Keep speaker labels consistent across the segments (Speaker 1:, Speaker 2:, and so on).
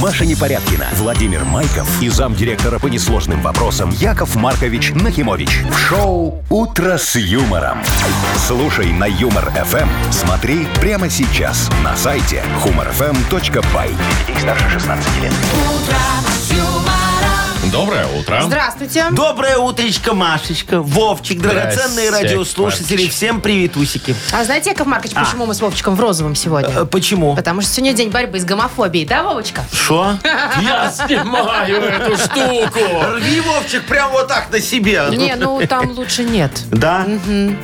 Speaker 1: Маша Непорядкина, Владимир Майков и замдиректора по несложным вопросам Яков Маркович Нахимович. В шоу «Утро с юмором». Слушай на «Юмор-ФМ». Смотри прямо сейчас на сайте humorfm.by. Для детей старше 16 лет.
Speaker 2: Доброе утро.
Speaker 3: Здравствуйте.
Speaker 4: Доброе утречко, Машечка, Вовчик, драгоценные
Speaker 2: Здрасте,
Speaker 4: радиослушатели.
Speaker 2: Маркович.
Speaker 4: Всем привет, усики.
Speaker 3: А знаете, Яков Маркович,
Speaker 4: А.
Speaker 3: почему мы с Вовчиком в розовом сегодня?
Speaker 4: Э, Почему?
Speaker 3: Потому что сегодня день борьбы с гомофобией, да, Вовочка?
Speaker 4: Что?
Speaker 2: Я снимаю эту штуку.
Speaker 4: Рви, Вовчик, прям вот так на себе.
Speaker 3: Не, ну там лучше нет.
Speaker 4: Да?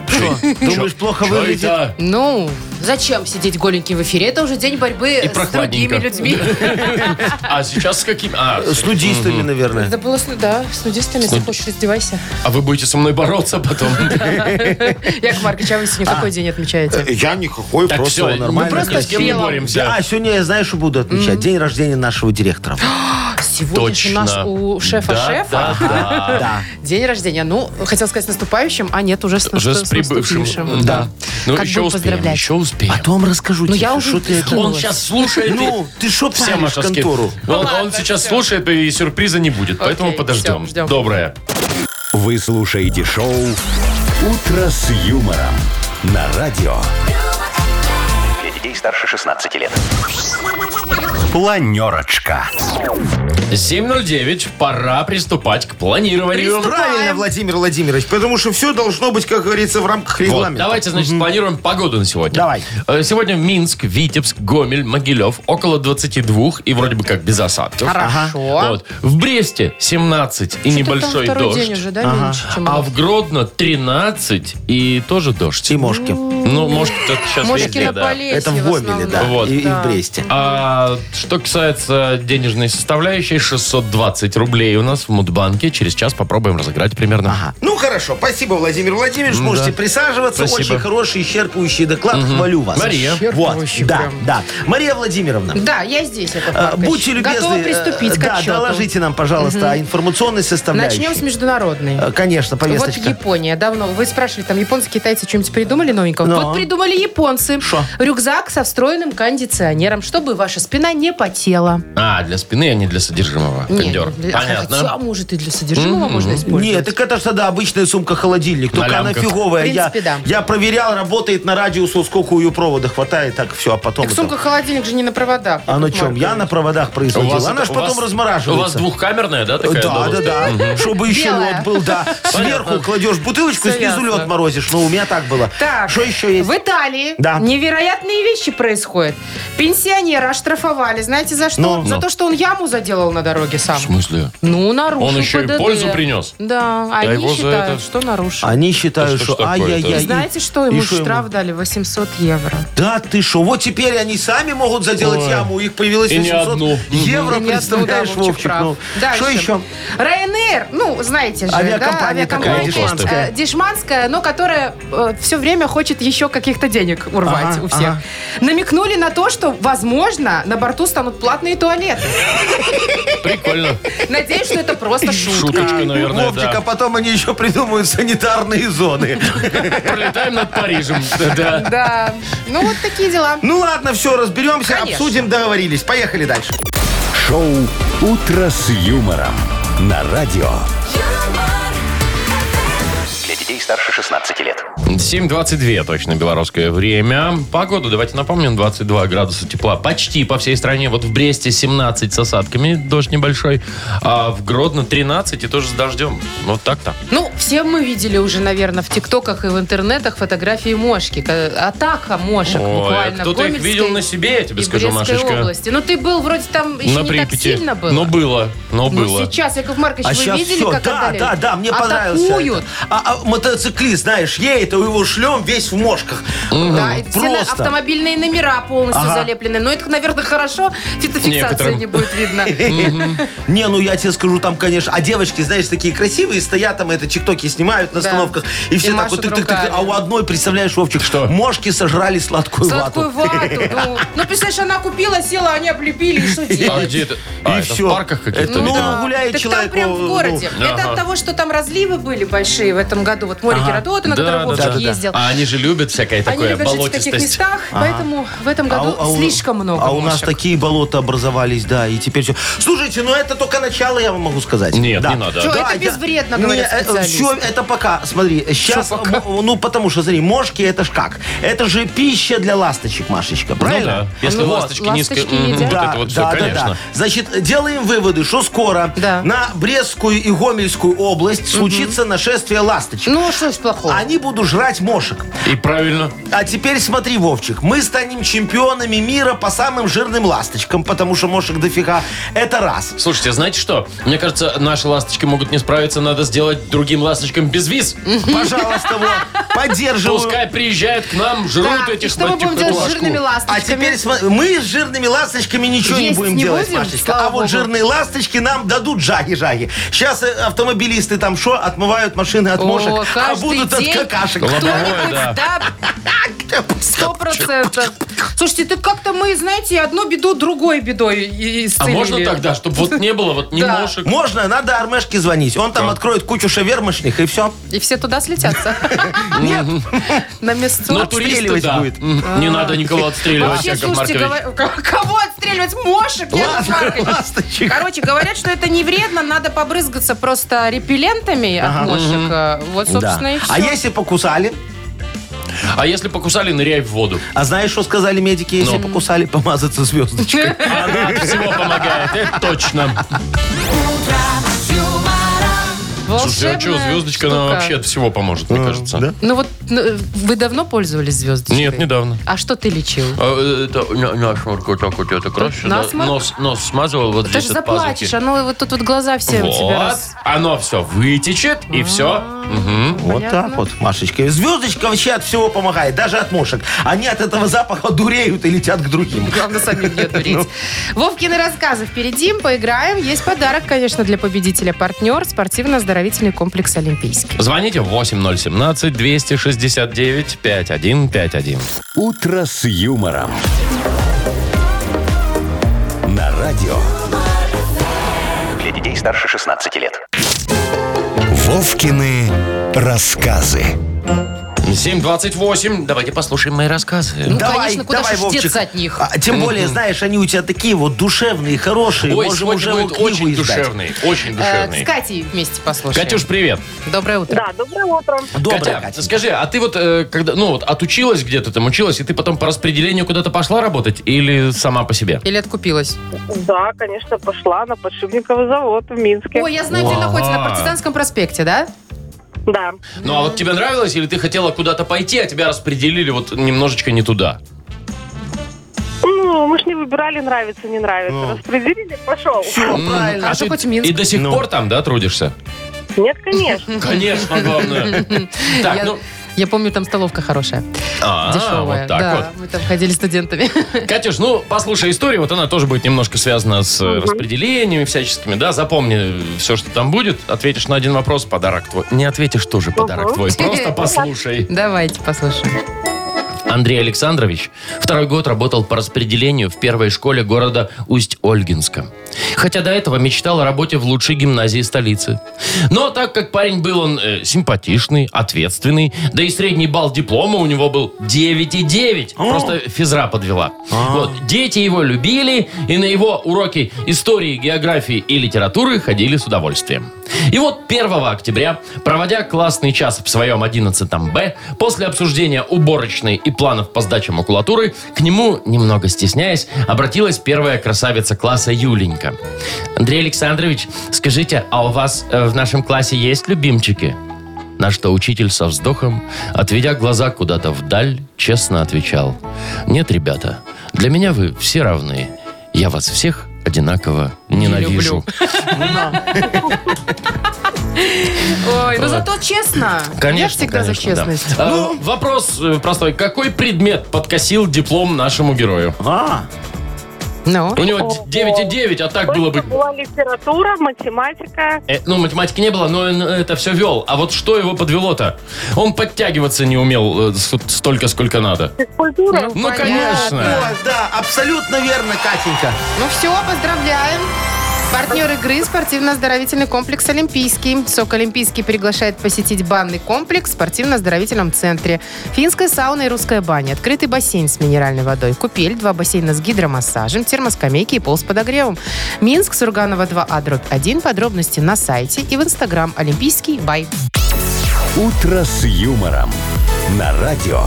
Speaker 4: Что? Думаешь, плохо
Speaker 2: Что
Speaker 4: выглядит?
Speaker 2: это?
Speaker 3: Ну, зачем сидеть голеньким в эфире? Это уже день борьбы с другими
Speaker 2: прохладненько.
Speaker 3: людьми.
Speaker 2: А сейчас с каким? А,
Speaker 4: Э, С нудистами, наверное.
Speaker 3: Это было, с- да, с нудистами, если хочешь, раздевайся.
Speaker 2: а вы будете со мной бороться потом?
Speaker 3: Яков Маркович, а вы сегодня какой день отмечаете?
Speaker 4: Я никакой,
Speaker 2: Так все, мы просто с кем не боремся.
Speaker 4: А, сегодня я, знаешь, что буду отмечать? День рождения нашего директора.
Speaker 3: Сегодня же у нас
Speaker 2: А, точно.
Speaker 3: у шефа
Speaker 2: Да,
Speaker 3: шефа
Speaker 2: да, да.
Speaker 4: Да.
Speaker 3: день рождения. Ну, хотел сказать с наступающим, а нет, уже с,
Speaker 2: Уже
Speaker 3: наступ-
Speaker 2: с прибывшим.
Speaker 3: наступившим.
Speaker 2: Да. Ну,
Speaker 3: Как
Speaker 2: еще
Speaker 3: будем
Speaker 2: успеем,
Speaker 3: поздравлять?
Speaker 2: еще успеем.
Speaker 4: Потом расскажу
Speaker 3: Ну,
Speaker 4: тебе,
Speaker 3: я
Speaker 4: что
Speaker 3: уже
Speaker 4: ты...
Speaker 3: прикинулась.
Speaker 2: Он сейчас слушает.
Speaker 4: А Ну, ты что
Speaker 2: Все,
Speaker 4: паришь
Speaker 2: Маша, скид.
Speaker 4: контору?
Speaker 2: Он, он сейчас слушает, и сюрприза не будет. Поэтому
Speaker 3: Ну Окей,
Speaker 2: подождем.
Speaker 3: всё, ждем.
Speaker 2: Доброе.
Speaker 1: Вы слушаете шоу «Утро с юмором» на радио. Для детей старше 16 лет. Планерочка.
Speaker 2: 7.09. Пора приступать к планированию.
Speaker 5: Правильно, Владимир Владимирович, потому что все должно быть, как говорится, в рамках
Speaker 2: Вот,
Speaker 5: регламента.
Speaker 2: давайте, значит, планируем погоду на сегодня.
Speaker 5: Давай.
Speaker 2: Э, Сегодня Минск, Витебск, Гомель, Могилев около 22 и вроде бы как без осадков.
Speaker 3: Хорошо.
Speaker 2: Вот. В Бресте 17 и
Speaker 3: Что-то там
Speaker 2: небольшой
Speaker 3: второй
Speaker 2: дождь.
Speaker 3: день уже, да, меньше, чем
Speaker 2: А
Speaker 3: у
Speaker 2: в Гродно 13 и тоже дождь.
Speaker 4: Тимошки.
Speaker 2: Ну, может, это сейчас
Speaker 3: Может,
Speaker 2: везде, да.
Speaker 3: Кинополесе
Speaker 4: Это в
Speaker 3: в
Speaker 4: Гомеле,
Speaker 3: основном.
Speaker 4: да.
Speaker 2: Вот.
Speaker 4: И и в Бресте.
Speaker 2: А что касается денежной составляющей, 620 рублей у нас в Мудбанке. Через час попробуем разыграть примерно.
Speaker 5: Ну хорошо, спасибо, Владимир Владимирович. Можете присаживаться.
Speaker 2: Ну Спасибо.
Speaker 4: Очень хороший, исчерпывающий доклад. Хвалю вас.
Speaker 2: Мария.
Speaker 4: Вот,
Speaker 3: Исчерпывающий
Speaker 4: да,
Speaker 3: прям.
Speaker 4: да. Мария Владимировна.
Speaker 3: Да, я здесь, Яков
Speaker 4: э,
Speaker 3: Маркович.
Speaker 4: Будьте любезны.
Speaker 3: Готова
Speaker 4: э,
Speaker 3: приступить к
Speaker 4: Да,
Speaker 3: отчету.
Speaker 4: доложите нам, пожалуйста, о информационной составляющей.
Speaker 3: Начнем с международной.
Speaker 4: Э, Конечно, повесточка.
Speaker 3: Вот Япония давно. Вы спрашивали, там японцы, китайцы что-нибудь придумали новенького?
Speaker 4: Но.
Speaker 3: Вот придумали японцы.
Speaker 4: Ну. Шо?
Speaker 3: Рюкзак со встроенным кондиционером, чтобы ваша спина не потела.
Speaker 2: А, для спины, а не для содержимого.
Speaker 3: Не,
Speaker 2: Кондер.
Speaker 3: для-
Speaker 2: Понятно.
Speaker 3: Хотя, а может, и для содержимого можно использовать.
Speaker 4: Нет, так это ж тогда обычная сумка-холодильник, только
Speaker 2: На
Speaker 4: она
Speaker 2: лямках.
Speaker 4: фиговая.
Speaker 3: В принципе,
Speaker 4: я,
Speaker 3: да.
Speaker 4: я проверял, работает на радиусу, сколько у ее провода хватает, так все, а потом...
Speaker 3: Так
Speaker 4: это-
Speaker 3: сумка-холодильник же не на проводах.
Speaker 4: А на
Speaker 3: Яков
Speaker 4: чем? Я на
Speaker 3: Маркович.
Speaker 4: проводах
Speaker 2: А У
Speaker 4: производил.
Speaker 2: вас
Speaker 4: Она
Speaker 2: это-
Speaker 4: ж
Speaker 2: у
Speaker 4: потом
Speaker 2: вас-
Speaker 4: размораживается.
Speaker 2: У вас двухкамерная, да, такая?
Speaker 4: Да, да,
Speaker 2: дорожка?
Speaker 4: да. Чтобы еще
Speaker 3: Белая.
Speaker 4: лед был, да. Сверху кладешь бутылочку,
Speaker 3: Всё
Speaker 4: снизу
Speaker 3: ясно.
Speaker 4: лед морозишь. Ну, у меня так было.
Speaker 3: Так,
Speaker 4: Что еще есть?
Speaker 3: В Италии
Speaker 4: Да.
Speaker 3: невероятные вещи происходят. Пенсионера оштрафовали. Знаете, за что?
Speaker 4: Ну,
Speaker 3: за
Speaker 2: ну.
Speaker 3: то, что он яму заделал на дороге сам.
Speaker 2: В смысле?
Speaker 3: Ну, нарушил
Speaker 2: Он еще и
Speaker 3: ПДД.
Speaker 2: пользу принес?
Speaker 3: Да, они
Speaker 2: его за
Speaker 3: считают,
Speaker 2: это-
Speaker 3: что нарушил.
Speaker 4: Они считают,
Speaker 2: что ж
Speaker 4: что...
Speaker 2: такое-то?
Speaker 4: Ай-яй-яй.
Speaker 2: И
Speaker 3: Знаете,
Speaker 4: И-
Speaker 3: что?
Speaker 4: и
Speaker 3: Ему
Speaker 4: что
Speaker 3: штраф дали 800 евро.
Speaker 4: Да ты что? Вот теперь они сами могут заделать
Speaker 2: Ой.
Speaker 4: яму. Их появилось
Speaker 2: И не
Speaker 4: 800
Speaker 2: одну.
Speaker 4: евро,
Speaker 3: Ни одного, да,
Speaker 4: представляешь, Вовчик.
Speaker 3: прав.
Speaker 4: Ну,
Speaker 3: Дальше.
Speaker 4: Что еще?
Speaker 3: Ryanair, ну, знаете же, да,
Speaker 4: Авиакомпания такая,
Speaker 3: авиакомпания.
Speaker 4: дешманская.
Speaker 3: э, дешманская, но которая все время хочет еще каких-то денег урвать
Speaker 4: Ага,
Speaker 3: у всех.
Speaker 4: ага.
Speaker 3: Намекнули на то, что, возможно, на борту станут платные туалеты.
Speaker 2: Прикольно.
Speaker 3: Надеюсь, что это просто шутка.
Speaker 2: Шуточка, наверное,
Speaker 4: Вовчик, а
Speaker 2: да.
Speaker 4: потом они еще придумают санитарные зоны.
Speaker 2: Пролетаем над Парижем. Да.
Speaker 3: Да. Ну, вот такие дела.
Speaker 4: Ну ладно, все, разберемся,
Speaker 3: Конечно.
Speaker 4: обсудим, договорились. Поехали дальше.
Speaker 1: Шоу «Утро с юмором» на радио. Для детей старше 16 лет.
Speaker 2: 7.22 точно белорусское время. Погоду, давайте напомним, 22 градуса тепла почти по всей стране. Вот в Бресте 17 с осадками, дождь небольшой. А в Гродно 13 и тоже с дождем. Вот так-то.
Speaker 3: Ну, все мы видели уже, наверное, в ТикТоках и в интернетах фотографии мошки. Ка- Атака мошек
Speaker 2: Ой, а
Speaker 3: буквально.
Speaker 2: кто-то их
Speaker 3: Гомельской
Speaker 2: видел на себе, я тебе
Speaker 3: и
Speaker 2: скажу,
Speaker 3: Брестской
Speaker 2: Машечка.
Speaker 3: области. Ну, ты был вроде там еще не так сильно было.
Speaker 2: Но было, но
Speaker 3: Ну,
Speaker 2: было.
Speaker 3: сейчас, Яков Маркович,
Speaker 4: А
Speaker 3: вы
Speaker 4: сейчас
Speaker 3: видели,
Speaker 4: все,
Speaker 3: как
Speaker 4: да,
Speaker 3: отдали?
Speaker 4: да, да, мне понравился.
Speaker 3: Атакуют.
Speaker 4: это. А, а мотоциклист, знаешь, едет, а его шлем весь в мошках. Э,
Speaker 3: Да, и все на-
Speaker 4: Просто.
Speaker 3: автомобильные номера полностью
Speaker 4: Ага.
Speaker 3: залеплены. Но это, наверное, хорошо. Фитофиксация
Speaker 2: Некоторым.
Speaker 3: не будет видно.
Speaker 4: Не, ну я тебе скажу, там, конечно, а девочки, знаешь, такие красивые, стоят там, это тиктоки снимают на
Speaker 3: Да.
Speaker 4: остановках, и все
Speaker 3: И
Speaker 4: так
Speaker 3: машут
Speaker 4: вот тык-тык-тык.
Speaker 3: руками.
Speaker 4: а у одной, представляешь, Вовчик,
Speaker 2: Что?
Speaker 4: мошки сожрали сладкую,
Speaker 3: Сладкую
Speaker 4: вату.
Speaker 3: вату. Ну, ну, представляешь, она купила, села, они облепили, и что
Speaker 2: А
Speaker 3: делать?
Speaker 2: где это? А,
Speaker 4: и
Speaker 2: это
Speaker 4: все.
Speaker 2: в парках каких-то,
Speaker 4: Ну,
Speaker 2: видимо.
Speaker 4: гуляет
Speaker 3: А, так
Speaker 4: человек.
Speaker 3: там прям
Speaker 4: ну,
Speaker 3: в городе.
Speaker 2: ну,
Speaker 3: Это
Speaker 2: ага.
Speaker 3: от того, что там разливы были большие в этом году. Вот море Геродота, на
Speaker 2: Да,
Speaker 3: котором
Speaker 2: да,
Speaker 4: да, да.
Speaker 3: ездил.
Speaker 2: А они же любят всякое
Speaker 3: Они
Speaker 2: такое
Speaker 3: любят жить в таких
Speaker 2: болотистость.
Speaker 3: местах, поэтому в этом году
Speaker 4: у- а у-
Speaker 3: Ну, слишком много
Speaker 4: А у нас
Speaker 3: мошек.
Speaker 4: такие болота образовались, да, и теперь все. Слушайте, ну это только начало, я вам могу сказать.
Speaker 2: Нет,
Speaker 4: Да.
Speaker 2: не надо. Ну
Speaker 3: Чё, это безвредно, говорят
Speaker 4: Не, э,
Speaker 3: специалисты.
Speaker 4: всё, это пока, смотри, сейчас,
Speaker 2: пока?
Speaker 4: ну потому что, смотри, мошки это ж как? Это же пища для ласточек, Машечка,
Speaker 2: Ну
Speaker 4: правильно?
Speaker 2: да, если
Speaker 3: Ну вот,
Speaker 2: ласточки низко...
Speaker 3: ласточки
Speaker 2: Мгм,
Speaker 3: едят.
Speaker 2: Вот это вот все, конечно.
Speaker 4: Значит, делаем выводы, что скоро
Speaker 3: Да.
Speaker 4: на Брестскую и Гомельскую область случится нашествие ласточек.
Speaker 3: Ну, что ж плохого?
Speaker 4: Они будут жрать мошек.
Speaker 2: И правильно.
Speaker 4: А теперь смотри, Вовчик, мы станем чемпионами мира по самым жирным ласточкам, потому что мошек дофига. Это раз.
Speaker 2: Слушайте, знаете что? Мне кажется, наши ласточки могут не справиться. Надо сделать другим ласточкам без виз.
Speaker 4: Пожалуйста, вот, поддерживаю.
Speaker 2: Пускай приезжают к нам, жрут
Speaker 3: Так, и
Speaker 2: Ну, этих
Speaker 3: что мы будем
Speaker 2: мать-
Speaker 3: делать с
Speaker 2: ласку.
Speaker 3: жирными
Speaker 4: А
Speaker 3: ласточками?
Speaker 4: теперь смо- мы с жирными ласточками ничего не
Speaker 3: Есть
Speaker 4: будем
Speaker 3: не
Speaker 4: делать,
Speaker 3: будем,
Speaker 4: Машечка.
Speaker 3: слава
Speaker 4: А
Speaker 3: богу.
Speaker 4: вот жирные ласточки нам дадут жаги-жаги. Сейчас э, автомобилисты там шо, отмывают машины от
Speaker 3: О,
Speaker 4: мошек, а
Speaker 3: каждый
Speaker 4: будут
Speaker 3: день.
Speaker 4: от какашек.
Speaker 2: Лобовое,
Speaker 3: Кто-нибудь,
Speaker 2: да.
Speaker 3: да, сто процентов. Слушайте, ты как-то мы, знаете, одну беду другой бедой и-
Speaker 2: А
Speaker 3: исцелили.
Speaker 2: можно тогда, чтобы вот не было, вот не
Speaker 3: Да.
Speaker 2: мошек.
Speaker 4: Можно, надо Армешке звонить. Он там
Speaker 2: Да.
Speaker 4: откроет кучу шавермышных и все.
Speaker 3: И все туда слетятся. Нет.
Speaker 2: Но
Speaker 3: На место.
Speaker 2: туристы,
Speaker 4: отстреливать
Speaker 2: да.
Speaker 4: будет.
Speaker 2: Мгм. Не надо никого отстреливать,
Speaker 3: Вообще,
Speaker 2: Яков
Speaker 3: А, слушайте,
Speaker 2: Маркович.
Speaker 3: говор- к- кого отстреливать? Мошек, Яков Маркович.
Speaker 4: ласточек.
Speaker 3: Короче, говорят, что это не вредно, надо побрызгаться просто репеллентами от мошек. Э, Вот, собственно, и
Speaker 4: Да.
Speaker 3: все.
Speaker 4: А если покусали?
Speaker 2: А если покусали, ныряй в воду.
Speaker 4: А знаешь, что сказали медики, если
Speaker 3: Ну.
Speaker 4: покусали? Помазаться звездочкой.
Speaker 2: Она всего помогает, это точно. Слушай, а что,
Speaker 3: Волшебная
Speaker 2: звездочка нам
Speaker 3: штука.
Speaker 2: вообще от всего поможет, мне кажется.
Speaker 3: Ну вот ну, вы давно пользовались звездочкой?
Speaker 2: Нет, недавно.
Speaker 3: А что ты лечил?
Speaker 2: А, Это на- насморк вот так вот, я так раз сюда
Speaker 3: Насморк?
Speaker 2: нос, нос смазывал, вот
Speaker 3: Ты
Speaker 2: здесь
Speaker 3: же
Speaker 2: от пазухи.
Speaker 3: заплачешь, оно вот тут вот глаза все у тебя
Speaker 2: Вот,
Speaker 3: раз.
Speaker 2: оно все вытечет, и все.
Speaker 4: Вот
Speaker 3: Понятно.
Speaker 4: так вот, Машечка. Звездочка вообще от всего помогает, даже от мушек. Они от этого запаха дуреют и летят к другим.
Speaker 3: Главное, самим не одурить. Вовкины рассказы впереди, поиграем. Есть подарок, конечно, для победителя. Партнер, спортивно-оздоровительный комплекс «Олимпийский».
Speaker 2: Звоните 8017-269-5151.
Speaker 1: «Утро с юмором». На радио.
Speaker 6: Для детей старше 16 лет.
Speaker 1: Вовкины рассказы.
Speaker 2: 728. Давайте послушаем мои рассказы.
Speaker 3: Ну, конечно, куда ж деться от них?
Speaker 4: А, тем более, знаешь, они у тебя такие вот душевные, хорошие.
Speaker 2: Ой,
Speaker 4: Ну, Можем уже
Speaker 2: сегодня
Speaker 4: вот
Speaker 2: будет
Speaker 4: книгу
Speaker 2: очень
Speaker 4: издать.
Speaker 2: душевный, очень
Speaker 3: Э, С
Speaker 2: душевный.
Speaker 3: Катей вместе послушаем.
Speaker 2: Катюш, привет.
Speaker 3: Доброе утро.
Speaker 7: Да, доброе утро.
Speaker 4: Доброе,
Speaker 2: Катя,
Speaker 4: Катя.
Speaker 2: скажи, а ты вот э, когда, ну вот, отучилась где-то там, училась, и ты потом по распределению куда-то пошла работать или сама по себе?
Speaker 3: Или откупилась?
Speaker 7: Да, конечно, пошла на подшипниковый завод в Минске.
Speaker 3: Ой, я знаю, где
Speaker 2: Ага.
Speaker 3: находится, на Партизанском проспекте, да?
Speaker 7: Да.
Speaker 2: Ну а вот тебе нравилось, или ты хотела куда-то пойти, а тебя распределили вот немножечко не туда?
Speaker 7: Ну, мы ж не выбирали, нравится, не нравится.
Speaker 2: Ну.
Speaker 7: Распределили, пошел.
Speaker 3: Ну,
Speaker 4: Всё, правильно.
Speaker 3: Хорошо,
Speaker 2: а ты
Speaker 3: А хоть Минск.
Speaker 2: И до сих пор там, да, трудишься?
Speaker 7: Нет, конечно.
Speaker 2: Конечно, главное. Так,
Speaker 3: я,
Speaker 2: ну...
Speaker 3: я помню, там столовка хорошая,
Speaker 2: А,
Speaker 3: дешевая.
Speaker 2: вот так
Speaker 3: да,
Speaker 2: вот.
Speaker 3: мы там ходили студентами.
Speaker 2: Катюш, ну, послушай историю, вот она тоже будет немножко связана с э, распределениями всяческими, да, запомни все, что там будет, ответишь на один вопрос, подарок твой. Не ответишь, тоже подарок твой, просто послушай.
Speaker 3: Давайте послушаем.
Speaker 2: Андрей Александрович второй год работал по распределению в первой школе города Усть-Ольгинска. Хотя до этого мечтал о работе в лучшей гимназии столицы. Но так как парень был он э, симпатичный, ответственный, да и средний балл диплома у него был 9,9. Просто физра подвела. Вот, дети его любили, и на его уроки истории, географии и литературы ходили с удовольствием. И вот 1 октября, проводя классный час в своем 11 Б, после обсуждения уборочной и планов по сдаче макулатуры, к нему, немного стесняясь, обратилась первая красавица класса Юленька. «Андрей Александрович, скажите, а у вас э, в нашем классе есть любимчики?» На что учитель со вздохом, отведя глаза куда-то вдаль, честно отвечал. «Нет, ребята, для меня вы все равны. Я вас всех одинаково ненавижу».
Speaker 3: люблю. Ой, ну зато честно. Я ж всегда
Speaker 2: конечно,
Speaker 3: за
Speaker 2: да.
Speaker 3: честность. Ну.
Speaker 2: А, вопрос э, простой. Какой предмет подкосил диплом нашему герою?
Speaker 4: А,
Speaker 3: Ну,
Speaker 2: У него 9,9, а так было
Speaker 7: Только
Speaker 2: бы...
Speaker 7: была литература, математика.
Speaker 2: Э, ну, математики не было, но он это все вел. А вот что его подвело-то? Он подтягиваться не умел э, с- столько, сколько надо.
Speaker 7: Физкультура.
Speaker 2: Ну,
Speaker 3: понятно.
Speaker 2: конечно.
Speaker 4: вот, да, абсолютно верно, Катенька.
Speaker 3: Ну все, поздравляем. Партнер игры – спортивно-оздоровительный комплекс «Олимпийский». «Сок Олимпийский» приглашает посетить банный комплекс в спортивно-оздоровительном центре. Финская сауна и русская баня. Открытый бассейн с минеральной водой. Купель, два бассейна с гидромассажем, термоскамейки и пол с подогревом. Минск, Сурганова 2А, дробь 1. Подробности на сайте и в инстаграм «Олимпийский бай».
Speaker 1: «Утро с юмором» на радио.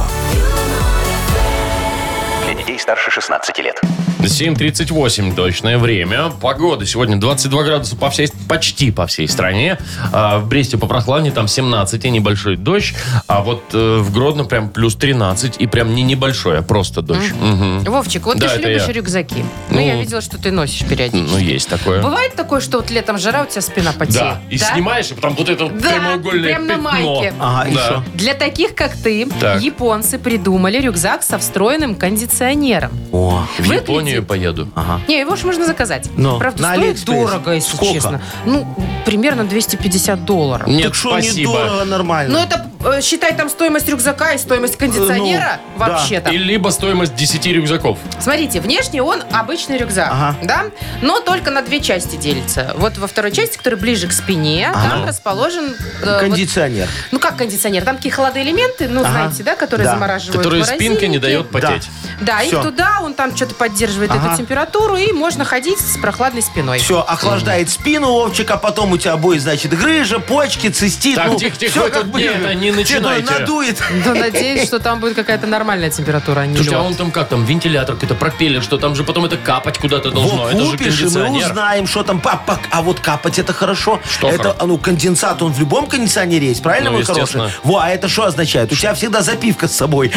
Speaker 6: Для детей старше 16 лет.
Speaker 2: 7.38 точное время. Погода сегодня 22 градуса по всей, почти по всей стране. А, в Бресте по прохладнее, там 17 и небольшой дождь. А вот э, в Гродно прям плюс 13 и прям не небольшой, а просто дождь. Мгм.
Speaker 3: Вовчик, вот
Speaker 2: Да,
Speaker 3: ты же
Speaker 2: это
Speaker 3: любишь
Speaker 2: я.
Speaker 3: рюкзаки. Ну,
Speaker 2: Ну,
Speaker 3: я видела, что ты носишь периодически.
Speaker 2: Ну, есть такое.
Speaker 3: Бывает такое, что вот летом жара, у тебя спина потеет?
Speaker 2: Да, и снимаешь, и потом вот это вот
Speaker 3: Да,
Speaker 2: прямоугольное
Speaker 3: прям на
Speaker 2: пятно.
Speaker 3: майке.
Speaker 4: Ага, и
Speaker 2: Да.
Speaker 4: что?
Speaker 3: Для таких, как ты,
Speaker 2: Так.
Speaker 3: японцы придумали рюкзак со встроенным кондиционером.
Speaker 4: О,
Speaker 2: В
Speaker 3: Выглядит-
Speaker 2: Японию поеду.
Speaker 3: Не, его же можно заказать.
Speaker 4: Но
Speaker 3: Правда,
Speaker 4: Ну, на
Speaker 3: стоит
Speaker 4: Алиэкспресс.
Speaker 3: дорого, если
Speaker 4: Сколько?
Speaker 3: честно. Ну, примерно 250 долларов.
Speaker 2: Нет,
Speaker 4: так что
Speaker 2: спасибо.
Speaker 4: недорого,
Speaker 3: Ну,
Speaker 4: нормально.
Speaker 3: это, э, считай, там стоимость рюкзака и стоимость кондиционера
Speaker 4: Э, Ну, да.
Speaker 3: вообще-то.
Speaker 2: И либо стоимость 10 рюкзаков.
Speaker 3: Смотрите, внешне он обычный рюкзак,
Speaker 4: Ага.
Speaker 3: да? Но только на две части делится. Вот во второй части, которая ближе к спине,
Speaker 4: А
Speaker 3: там
Speaker 4: ну.
Speaker 3: расположен... э, вот-
Speaker 4: Кондиционер.
Speaker 3: ну, как кондиционер? Там такие холодоэлементы, ну,
Speaker 4: Ага.
Speaker 3: знаете, да, которые
Speaker 4: Да.
Speaker 3: замораживают
Speaker 2: Которые спинка не
Speaker 3: морозильники.
Speaker 2: дает потеть.
Speaker 3: Да, и
Speaker 4: Всё.
Speaker 3: туда он там что-то поддерживает
Speaker 4: Ага.
Speaker 3: эту температуру, и можно ходить с прохладной спиной.
Speaker 4: Все, охлаждает спину, Вовчик, а потом у тебя будет, значит, грыжа, почки, цистит.
Speaker 2: Так,
Speaker 4: ну,
Speaker 2: тихо, тихо,
Speaker 4: всё
Speaker 2: вы тут,
Speaker 4: бы-
Speaker 2: нет, не
Speaker 4: Тебе
Speaker 2: начинайте.
Speaker 4: надует.
Speaker 3: Ну, надеюсь, что там будет какая-то нормальная температура, а не
Speaker 2: Слушайте, а
Speaker 3: лёд.
Speaker 2: он там как, там вентилятор, какой-то пропеллер, что там же потом это капать куда-то должно.
Speaker 4: Вот
Speaker 2: это же
Speaker 4: купишь, и мы
Speaker 2: кондиционер.
Speaker 4: узнаем, что там. Пап, пак, а вот капать это хорошо.
Speaker 2: Что
Speaker 4: это,
Speaker 2: хорошо?
Speaker 4: а ну, конденсат, он в любом кондиционере есть, правильно,
Speaker 2: Ну,
Speaker 4: мой хороший?
Speaker 2: естественно.
Speaker 4: Во, а это что означает? У тебя всегда запивка с собой.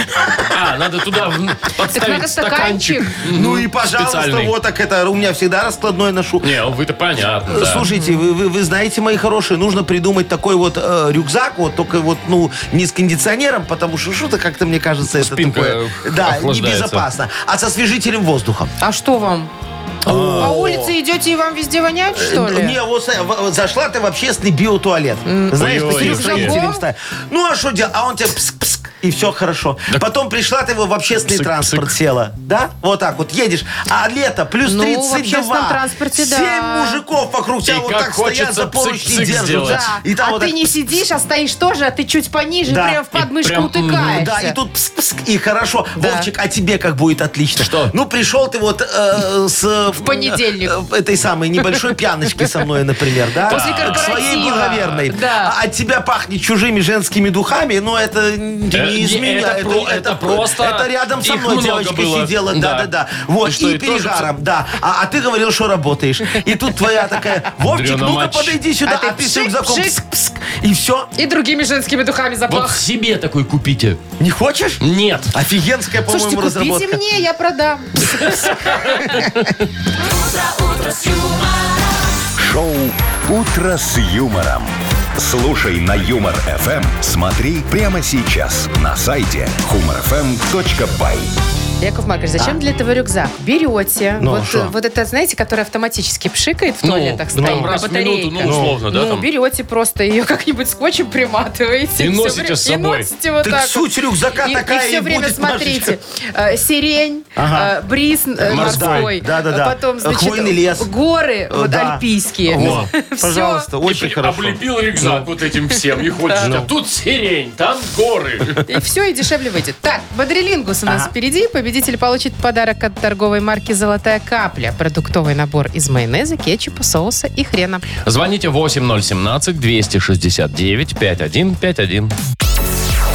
Speaker 2: А, надо туда в-
Speaker 3: Так надо
Speaker 2: подставить
Speaker 3: стаканчик.
Speaker 2: стаканчик.
Speaker 4: Ну и,
Speaker 2: специальный.
Speaker 4: пожалуйста, вот так это у меня всегда раскладной ношу.
Speaker 2: Не, ну вы-то понятно, да.
Speaker 4: Слушайте, вы, вы, вы знаете, мои хорошие, нужно придумать такой вот э, рюкзак, вот только вот, ну, не с кондиционером, потому что что-то как-то, мне кажется, это
Speaker 2: Спинка,
Speaker 4: такое...
Speaker 2: э,
Speaker 4: Да,
Speaker 2: охлаждается.
Speaker 4: небезопасно. А со свежителем воздуха.
Speaker 3: А что вам? По улице идете и вам везде воняет, что ли?
Speaker 4: А. Э, Не, вот смотри, в- в- зашла ты в общественный биотуалет. Знаешь,
Speaker 2: Ой-ой,
Speaker 4: ты сидишь
Speaker 2: с
Speaker 4: своим
Speaker 3: рюкзаком?
Speaker 4: телем ставишь. Ну, а что делать? А он тебе пск-пск, и все хорошо. Потом пришла ты в общественный
Speaker 2: Псык,
Speaker 4: транспорт
Speaker 2: псык.
Speaker 4: села. Да? Вот так вот едешь. А лето плюс
Speaker 3: Ну, в
Speaker 4: 32.
Speaker 3: общественном транспорте, да.
Speaker 4: Семь мужиков вокруг тебя
Speaker 2: И
Speaker 4: вот
Speaker 2: как
Speaker 4: так стоят,
Speaker 2: хочется
Speaker 4: за поручни
Speaker 2: псык-псык
Speaker 4: держат.
Speaker 2: сделать.
Speaker 3: Да.
Speaker 4: И там
Speaker 3: а
Speaker 4: вот
Speaker 3: ты
Speaker 4: так
Speaker 3: не сидишь, а стоишь тоже, а ты чуть пониже,
Speaker 4: Да. ну,
Speaker 3: прям в
Speaker 2: И
Speaker 3: подмышку
Speaker 2: прям,
Speaker 3: утыкаешься.
Speaker 4: Да, и тут пск-пск, и хорошо.
Speaker 3: Да.
Speaker 4: Вовчик, а тебе как будет отлично?
Speaker 2: Что?
Speaker 4: Ну, пришел ты вот э, с... В
Speaker 3: понедельник.
Speaker 4: Этой самой небольшой пьяночки со мной, например, да?
Speaker 3: После корпоратива.
Speaker 4: Своей благоверной.
Speaker 3: Да.
Speaker 4: А от тебя пахнет чужими женскими духами, но это не
Speaker 2: Э, не,
Speaker 4: из меня.
Speaker 2: это про- это просто
Speaker 4: Это рядом со
Speaker 2: их
Speaker 4: мной
Speaker 2: много
Speaker 4: девочка
Speaker 2: было.
Speaker 4: сидела.
Speaker 2: Да.
Speaker 4: Да, да, да. Вот,
Speaker 2: И что,
Speaker 4: и
Speaker 2: и тоже
Speaker 4: перегаром, да. А а ты говорил, что работаешь. И тут твоя такая, Вовчик,
Speaker 2: Адрена
Speaker 4: ну-ка
Speaker 2: матч.
Speaker 4: подойди сюда.
Speaker 3: А ты
Speaker 4: А ты с
Speaker 3: пшик,
Speaker 4: рюкзаком
Speaker 3: пшик.
Speaker 4: пск-пск. И все.
Speaker 3: И другими женскими духами запах.
Speaker 2: Вот себе такой купите.
Speaker 4: Не хочешь?
Speaker 2: Нет.
Speaker 3: А
Speaker 4: Офигенская,
Speaker 3: Слушайте,
Speaker 4: по-моему,
Speaker 3: купите
Speaker 4: разработка.
Speaker 3: мне, я продам.
Speaker 1: Шоу «Утро с юмором». Слушай на Юмор ФМ. Смотри прямо сейчас на сайте humorfm.by.
Speaker 3: Яков Маркович, зачем для этого рюкзак? Берете.
Speaker 4: Ну,
Speaker 3: вот,
Speaker 4: шо?
Speaker 3: э, вот это, знаете, которая автоматически пшикает в
Speaker 2: Ну,
Speaker 3: туалетах,
Speaker 2: ну,
Speaker 3: стоит на
Speaker 2: раз в
Speaker 3: батарейках.
Speaker 2: минуту, ну, условно, да,
Speaker 3: Ну,
Speaker 2: там?
Speaker 3: берете просто ее как-нибудь скотчем приматываете.
Speaker 2: И
Speaker 3: всё
Speaker 2: носите
Speaker 3: время-
Speaker 2: с собой.
Speaker 3: И носите вот
Speaker 4: Так
Speaker 3: так. вот.
Speaker 4: суть рюкзака
Speaker 3: И,
Speaker 4: такая
Speaker 3: все
Speaker 4: и
Speaker 3: время
Speaker 4: будет,
Speaker 3: смотрите.
Speaker 4: Машечка.
Speaker 3: э, сирень,
Speaker 4: Ага.
Speaker 3: э, бриз э,
Speaker 4: Морской.
Speaker 3: морской. Э,
Speaker 4: Да, да, да.
Speaker 3: Потом, значит,
Speaker 4: Хвойный лес. Э,
Speaker 3: горы вот,
Speaker 4: да.
Speaker 3: альпийские.
Speaker 4: Во,
Speaker 3: Всё.
Speaker 4: Пожалуйста, очень
Speaker 2: И
Speaker 4: хорошо.
Speaker 2: Облепил рюкзак вот этим всем. И хочешь. а Тут сирень, там горы.
Speaker 3: И все, и дешевле выйдет. Так, Бодрилингус у нас впереди. Победитель получит подарок от торговой марки «Золотая капля». Продуктовый набор из майонеза, кетчупа, соуса и хрена.
Speaker 2: Звоните 8017-269-5151.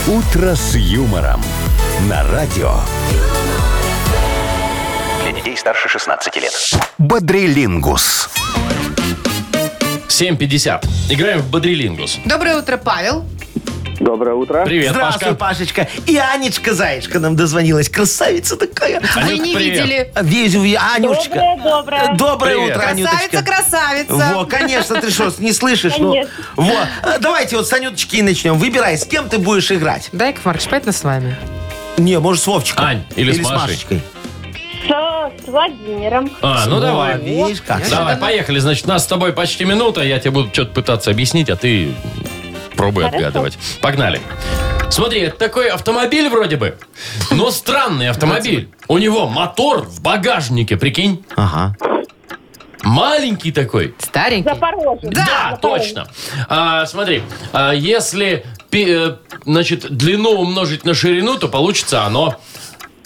Speaker 1: «Утро с юмором» на радио
Speaker 6: Для детей старше 16 лет.
Speaker 1: «Бодрилингус».
Speaker 2: 7.50. Играем в Бодрилингус.
Speaker 3: Доброе утро, Павел.
Speaker 8: Доброе утро.
Speaker 2: Привет,
Speaker 4: Здравствуй,
Speaker 2: Пашка.
Speaker 4: Пашечка. И Анечка Заячка нам дозвонилась. Красавица такая.
Speaker 3: Вы
Speaker 2: Анют,
Speaker 3: не
Speaker 2: привет.
Speaker 3: видели.
Speaker 4: Везю, Анюшечка.
Speaker 7: Доброе,
Speaker 2: э,
Speaker 7: доброе.
Speaker 4: Доброе
Speaker 2: Привет.
Speaker 4: утро,
Speaker 3: Красавица,
Speaker 4: Анюточка.
Speaker 3: красавица.
Speaker 4: Во, конечно, ты что, не слышишь? Ну,
Speaker 7: Конечно.
Speaker 4: во. А, Давайте вот с Анюточки и начнем. Выбирай, с кем ты будешь играть.
Speaker 3: Дай-ка, Маркович, поэтому с вами.
Speaker 4: Не, может, с Вовчиком.
Speaker 2: Ань, или с
Speaker 4: с
Speaker 2: Машей.
Speaker 4: Машечкой.
Speaker 7: С, с Владимиром.
Speaker 2: А, ну
Speaker 4: Во,
Speaker 2: давай.
Speaker 4: Видишь, как.
Speaker 2: Давай, поехали. Значит, у нас с тобой почти минута. Я тебе буду что-то пытаться объяснить, а ты пробуй отгадывать. Погнали. Смотри, это такой автомобиль вроде бы, но странный автомобиль. У него мотор в багажнике, прикинь.
Speaker 4: Ага.
Speaker 2: Маленький такой.
Speaker 3: Старенький.
Speaker 7: Запорожец.
Speaker 2: Да, точно. А, смотри, а, если пи- э, значит, длину умножить на ширину, то получится оно.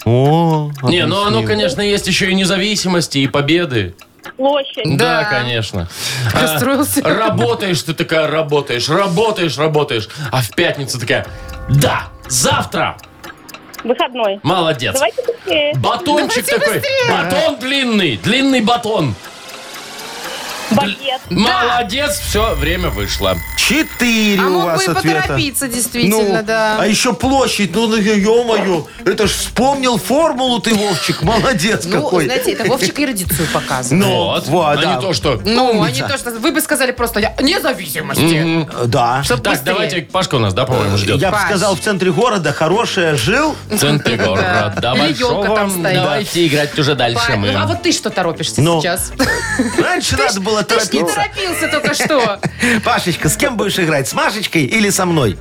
Speaker 4: О,
Speaker 2: Не, ну оно, конечно, есть еще и независимости, и победы.
Speaker 7: Площадь.
Speaker 2: Да,
Speaker 3: Да.
Speaker 2: конечно.
Speaker 3: Расстроился.
Speaker 2: А, работаешь ты такая, работаешь, работаешь, работаешь. А в пятницу такая, да, завтра.
Speaker 7: Выходной.
Speaker 2: Молодец.
Speaker 7: Давайте быстрее.
Speaker 2: Батончик
Speaker 3: Давайте
Speaker 2: такой.
Speaker 3: быстрее.
Speaker 2: Батон длинный. Длинный батон.
Speaker 7: Багет.
Speaker 2: Молодец, все, время вышло.
Speaker 4: Четыре
Speaker 3: А
Speaker 4: у
Speaker 3: мог
Speaker 4: вас
Speaker 3: бы и
Speaker 4: ответа.
Speaker 3: поторопиться, действительно,
Speaker 4: Ну,
Speaker 3: да.
Speaker 4: А еще площадь, ну, ну, ё-моё, это ж вспомнил формулу ты, Вовчик, молодец
Speaker 3: Ну,
Speaker 4: какой.
Speaker 3: знаете, это Вовчик эрудицию показывает.
Speaker 4: Ну,
Speaker 2: вот.
Speaker 4: вот,
Speaker 2: а
Speaker 4: да.
Speaker 2: не то, что...
Speaker 3: Ну, они то, что вы бы сказали просто я- независимости.
Speaker 4: Э, Да.
Speaker 3: Чтоб
Speaker 2: Так,
Speaker 3: быстрее.
Speaker 2: давайте, Пашка у нас, да, по-моему, ждет.
Speaker 4: Э, Я бы
Speaker 3: Паш.
Speaker 4: сказал, в центре города хорошее жил.
Speaker 2: В центре города.
Speaker 3: Да. Или
Speaker 2: большого.
Speaker 3: ёлка там стоит.
Speaker 2: Давайте играть уже дальше
Speaker 3: Па-
Speaker 2: мы.
Speaker 3: А вот ты что торопишься
Speaker 4: Ну,
Speaker 3: сейчас?
Speaker 4: Раньше надо было
Speaker 3: Ты ж не
Speaker 4: торопиться.
Speaker 3: торопился только что.
Speaker 4: Пашечка, с кем будешь играть? С Машечкой или со мной?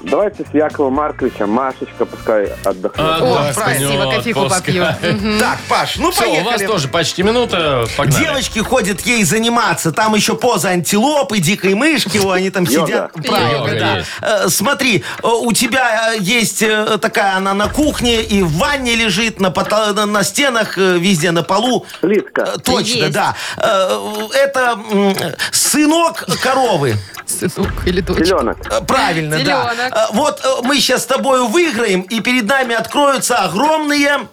Speaker 8: Давайте с Якова Марковича. Машечка пускай
Speaker 2: А,
Speaker 8: отдохнет.
Speaker 3: О,
Speaker 2: да,
Speaker 3: спасибо,
Speaker 2: встанет,
Speaker 3: кофейку попью.
Speaker 2: пускай.
Speaker 4: Так, Паш, ну
Speaker 2: Все, у вас
Speaker 4: поехали.
Speaker 2: тоже почти минута. Погнали.
Speaker 4: Девочки ходят ей заниматься. Там еще поза антилопы, дикой мышки. О, они там сидят. Правильно,
Speaker 2: Йога
Speaker 4: да.
Speaker 2: есть.
Speaker 4: Э, Смотри, э, у тебя э, есть э, такая, она на кухне и в ванне лежит, на, пота- на- на стенах, э, везде на полу.
Speaker 8: Плитка.
Speaker 4: Э, Точно,
Speaker 3: Есть.
Speaker 4: да. Э, Это м, сынок коровы.
Speaker 3: Сынок или дочь.
Speaker 8: Зеленок.
Speaker 4: Э, Правильно,
Speaker 3: Теленок.
Speaker 4: да. Э, Вот э, мы сейчас с тобою выиграем, и перед нами откроются огромные...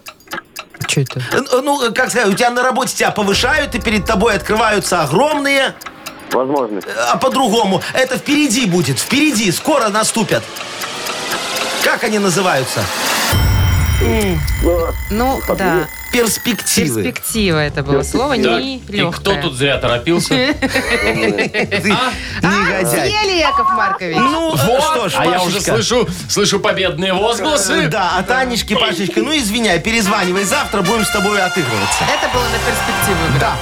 Speaker 3: Что это?
Speaker 4: э, Ну, э, как сказать, у тебя на работе тебя повышают, и перед тобой открываются огромные...
Speaker 8: Возможность.
Speaker 4: э, А по-другому. Это впереди будет, впереди, скоро наступят. Как они называются?
Speaker 8: Ну,
Speaker 3: Ну, да.
Speaker 4: Перспективы.
Speaker 3: Перспектива это было слово,
Speaker 2: Так,
Speaker 3: не
Speaker 2: и кто тут зря торопился?
Speaker 4: Ты негодяй.
Speaker 3: Съели, А, Яков Маркович.
Speaker 4: Ну, э, что ж,
Speaker 2: А я уже
Speaker 4: Пашечка.
Speaker 2: слышу, слышу победные возгласы.
Speaker 4: Э, Да, от Анечки, Пашечка, ну извиняй, перезванивай завтра, будем с тобой отыгрываться.
Speaker 3: Это было на перспективу. Да.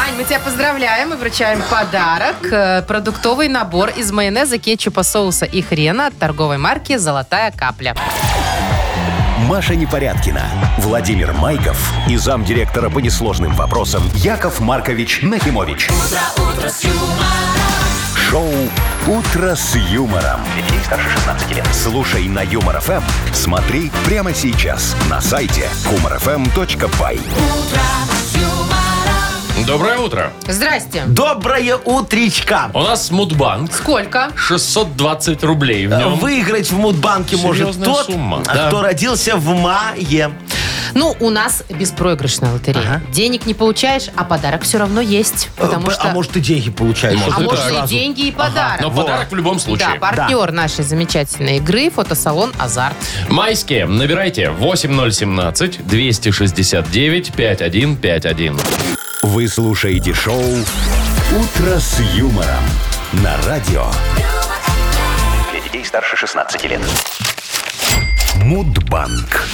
Speaker 3: Ань, мы тебя поздравляем и вручаем подарок. э, Продуктовый набор из майонеза, кетчупа, соуса и хрена от торговой марки «Золотая капля».
Speaker 1: Маша Непорядкина, Владимир Майков и замдиректора по несложным вопросам Яков Маркович Нахимович. Шоу Утро с юмором. Детей старше 16 лет. Слушай на юмор ФМ. Смотри прямо сейчас на сайте humorfm.by.
Speaker 2: Доброе утро.
Speaker 3: Здрасте.
Speaker 4: Доброе утречка.
Speaker 2: У нас Мудбанк.
Speaker 3: Сколько?
Speaker 2: 620 рублей в нем.
Speaker 4: Выиграть в Мудбанке может
Speaker 2: Серьезная
Speaker 4: тот,
Speaker 2: сумма,
Speaker 4: а,
Speaker 2: да.
Speaker 4: кто родился в мае.
Speaker 3: Ну, у нас беспроигрышная лотерея. Денег не получаешь, а подарок все равно есть. Потому
Speaker 4: Э,
Speaker 3: что...
Speaker 4: А может и деньги получаешь.
Speaker 2: Может,
Speaker 3: а
Speaker 2: и
Speaker 3: может
Speaker 2: так.
Speaker 3: и деньги, и подарок.
Speaker 2: Но подарок в любом
Speaker 3: Да,
Speaker 2: случае.
Speaker 3: партнер нашей замечательной игры фотосалон «Азарт».
Speaker 2: Майские. Набирайте 8017-269-5151.
Speaker 1: Вы слушаете шоу Утро с юмором на радио
Speaker 6: Для детей старше 16 лет.
Speaker 1: Мудбанк.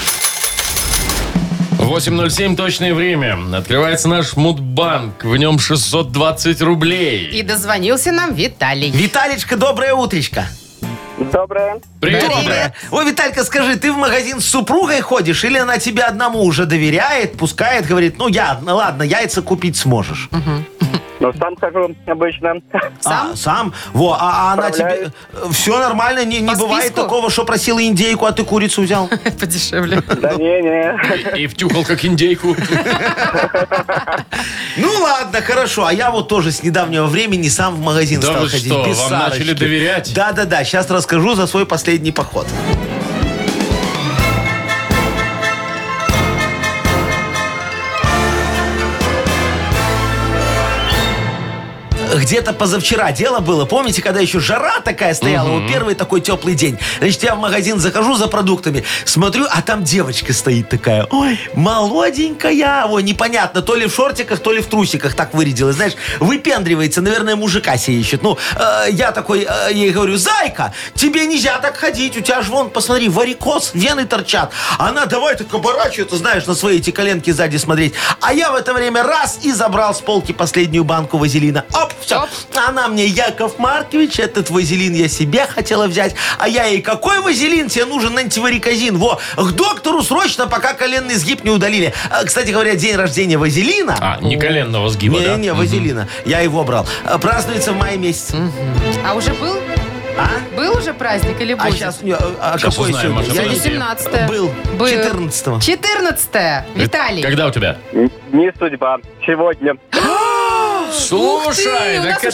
Speaker 2: 8.07 точное время. Открывается наш Мудбанк. В нем 620
Speaker 3: И
Speaker 2: рублей.
Speaker 3: дозвонился нам Виталий.
Speaker 4: Виталечка, доброе утречко.
Speaker 7: Доброе.
Speaker 2: Привет.
Speaker 3: Доброе.
Speaker 4: О, Виталька, скажи, ты в магазин с супругой ходишь или она тебе одному уже доверяет, пускает, говорит, ну я, ну ладно, яйца купить сможешь.
Speaker 7: Ну, сам хожу обычно.
Speaker 3: Сам?
Speaker 4: А, сам? Во, а, а она тебе...
Speaker 7: Отправляет.
Speaker 4: Все нормально, не, не
Speaker 3: По
Speaker 4: бывает
Speaker 3: списку?
Speaker 4: такого, что просила индейку, а ты курицу взял?
Speaker 3: Подешевле.
Speaker 7: Да не, не.
Speaker 2: И, и втюхал как индейку.
Speaker 4: Ну ладно, хорошо. А я вот тоже с недавнего времени сам в магазин
Speaker 2: Да
Speaker 4: стал
Speaker 2: вы
Speaker 4: ходить.
Speaker 2: что,
Speaker 4: без
Speaker 2: вам
Speaker 4: Сарочки.
Speaker 2: начали доверять?
Speaker 4: Да-да-да, сейчас расскажу за свой последний поход. Где-то позавчера дело было. Помните, когда еще жара такая стояла? Вот первый такой теплый день. Значит, я в магазин захожу за продуктами, смотрю, а там девочка стоит такая. Ой, молоденькая. Ой, непонятно, то ли в шортиках, то ли в трусиках так вырядилась. Знаешь, выпендривается, наверное, мужика себе ищет. Ну, э, я такой э, ей говорю, зайка, тебе нельзя так ходить. У тебя же вон, посмотри, варикоз, вены торчат. Она давай так оборачивается, знаешь, на свои эти коленки сзади смотреть. А я в это время раз и забрал с полки последнюю банку вазелина. Оп, все.
Speaker 3: Оп.
Speaker 4: Она мне, Яков Маркович, этот вазелин я себе хотела взять. А я ей, какой вазелин? Тебе нужен антивариказин. Во, к доктору срочно, пока коленный сгиб не удалили. А, Кстати говоря, день рождения вазелина.
Speaker 2: А, не коленного сгиба, да?
Speaker 4: Не-не, вазелина. Я его брал. А, Празднуется в мае месяце.
Speaker 3: А уже был?
Speaker 4: А?
Speaker 3: Был уже праздник или будет?
Speaker 4: А сейчас у нее... А
Speaker 2: Щас
Speaker 4: какой
Speaker 2: узнаем,
Speaker 4: сегодня?
Speaker 2: Маша,
Speaker 4: Я не-
Speaker 2: подожди.
Speaker 3: 17
Speaker 4: Был. 14-го.
Speaker 3: 14 Виталий.
Speaker 2: Когда у тебя?
Speaker 9: Ну.
Speaker 8: Н- Не судьба. Сегодня.
Speaker 3: Ух ты, у нас у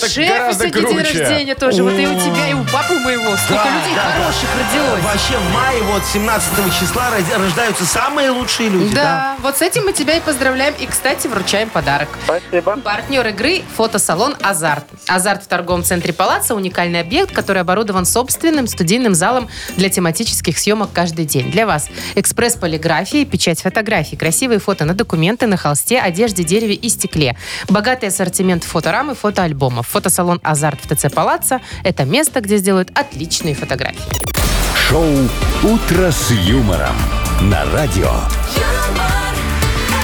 Speaker 3: шефа сегодня день рождения тоже. Вот и у тебя, и у папы моего. Сколько
Speaker 4: Да,
Speaker 3: людей
Speaker 4: да, да.
Speaker 3: хороших родилось.
Speaker 4: Вообще в мае вот 17 числа роди- рождаются самые лучшие люди.
Speaker 3: Да, вот с этим мы тебя и поздравляем. И, кстати, вручаем подарок.
Speaker 8: Спасибо.
Speaker 3: Партнер игры – фотосалон «Азарт». «Азарт» в торговом центре «Палаца» – уникальный объект, который оборудован собственным студийным залом для тематических съемок каждый день. Для вас экспресс полиграфии, печать фотографий, красивые фото на документы, на холсте, одежде, дереве и стекле. Богатый ассортимент фоторам и фотоальбомов. Фотосалон «Азарт» в ТЦ «Палаца» – это место, где сделают отличные фотографии.
Speaker 1: Шоу «Утро с юмором» на радио.
Speaker 10: юмор,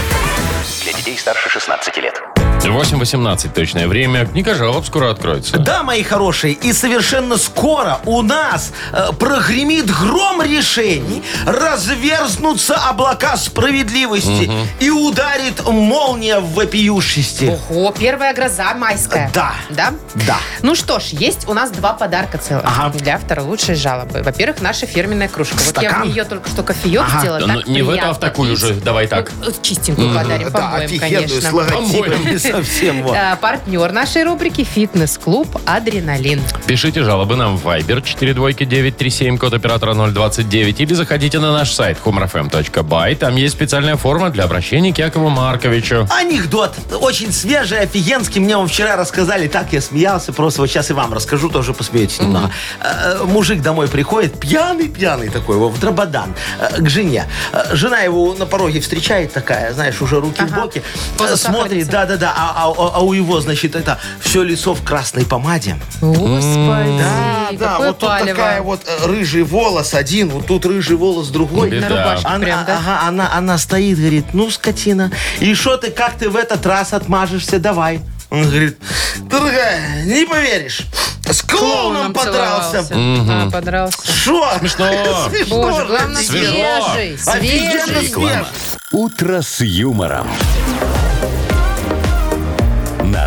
Speaker 6: Для детей старше 16 лет.
Speaker 2: 8.18 точное время. Книга жалоб скоро откроется.
Speaker 4: Да. Да, мои хорошие, и совершенно скоро у нас э, прогремит гром решений, разверзнутся облака справедливости и ударит молния в вопиющести.
Speaker 3: Ого, первая гроза майская.
Speaker 4: Да.
Speaker 3: Да?
Speaker 4: Да.
Speaker 3: Ну что ж, есть у нас два подарка целых
Speaker 4: Ага.
Speaker 3: для автора лучшей жалобы. Во-первых, наша фирменная кружка. Вот я в
Speaker 4: Стакан?
Speaker 3: нее только что кофеек
Speaker 4: Ага.
Speaker 3: сделала.
Speaker 2: Ну,
Speaker 3: так
Speaker 2: не в эту, а в
Speaker 3: приятно
Speaker 2: такую
Speaker 3: пить.
Speaker 2: же. Давай так.
Speaker 3: Ну, Чистенькую подарим,
Speaker 5: Да,
Speaker 3: помоем,
Speaker 5: офигенную, с
Speaker 3: конечно.
Speaker 5: логотипами
Speaker 4: типа
Speaker 2: Помоем.
Speaker 5: совсем. вот.
Speaker 3: А, Партнер нашей рубрики «Фитнес-клуб Адреналин».
Speaker 2: Пишите жалобы нам в Viber 42937, код оператора 029, или заходите на наш сайт humorfm.by. Там есть специальная форма для обращения к Якову Марковичу.
Speaker 4: Анекдот. Очень свежий, офигенский. Мне вам вчера рассказали, так я смеялся. Просто вот сейчас и вам расскажу, тоже посмеетесь немного. Э, э, Мужик домой приходит, пьяный-пьяный такой, вот, в Драбадан, э, к жене. Э, Жена его на пороге встречает такая, знаешь, уже руки в боки. Э,
Speaker 3: Поза
Speaker 4: Смотрит,
Speaker 3: сахарницы.
Speaker 4: да-да-да, а, а- а- а у его, значит, это все лицо в красной помаде.
Speaker 3: Господи,
Speaker 5: Да, да,
Speaker 3: какое
Speaker 5: вот тут
Speaker 3: палево.
Speaker 5: такая вот э, рыжий волос один, вот тут рыжий волос другой.
Speaker 2: Беда.
Speaker 3: На рубашке
Speaker 4: Она,
Speaker 3: прям, да?
Speaker 4: ага, она, она стоит, говорит, ну, скотина, и что ты, как ты в этот раз отмажешься, давай. Он говорит, дорогая, не поверишь, с
Speaker 3: Клоуном
Speaker 4: клоуном подрался.
Speaker 3: целовался. А, подрался.
Speaker 4: Шо?
Speaker 2: Смешно.
Speaker 4: Смешно.
Speaker 3: Боже, главное,
Speaker 2: Свежо.
Speaker 3: свежий,
Speaker 4: Офигенно
Speaker 3: свежий.
Speaker 4: свежо.
Speaker 1: «Утро с юмором». На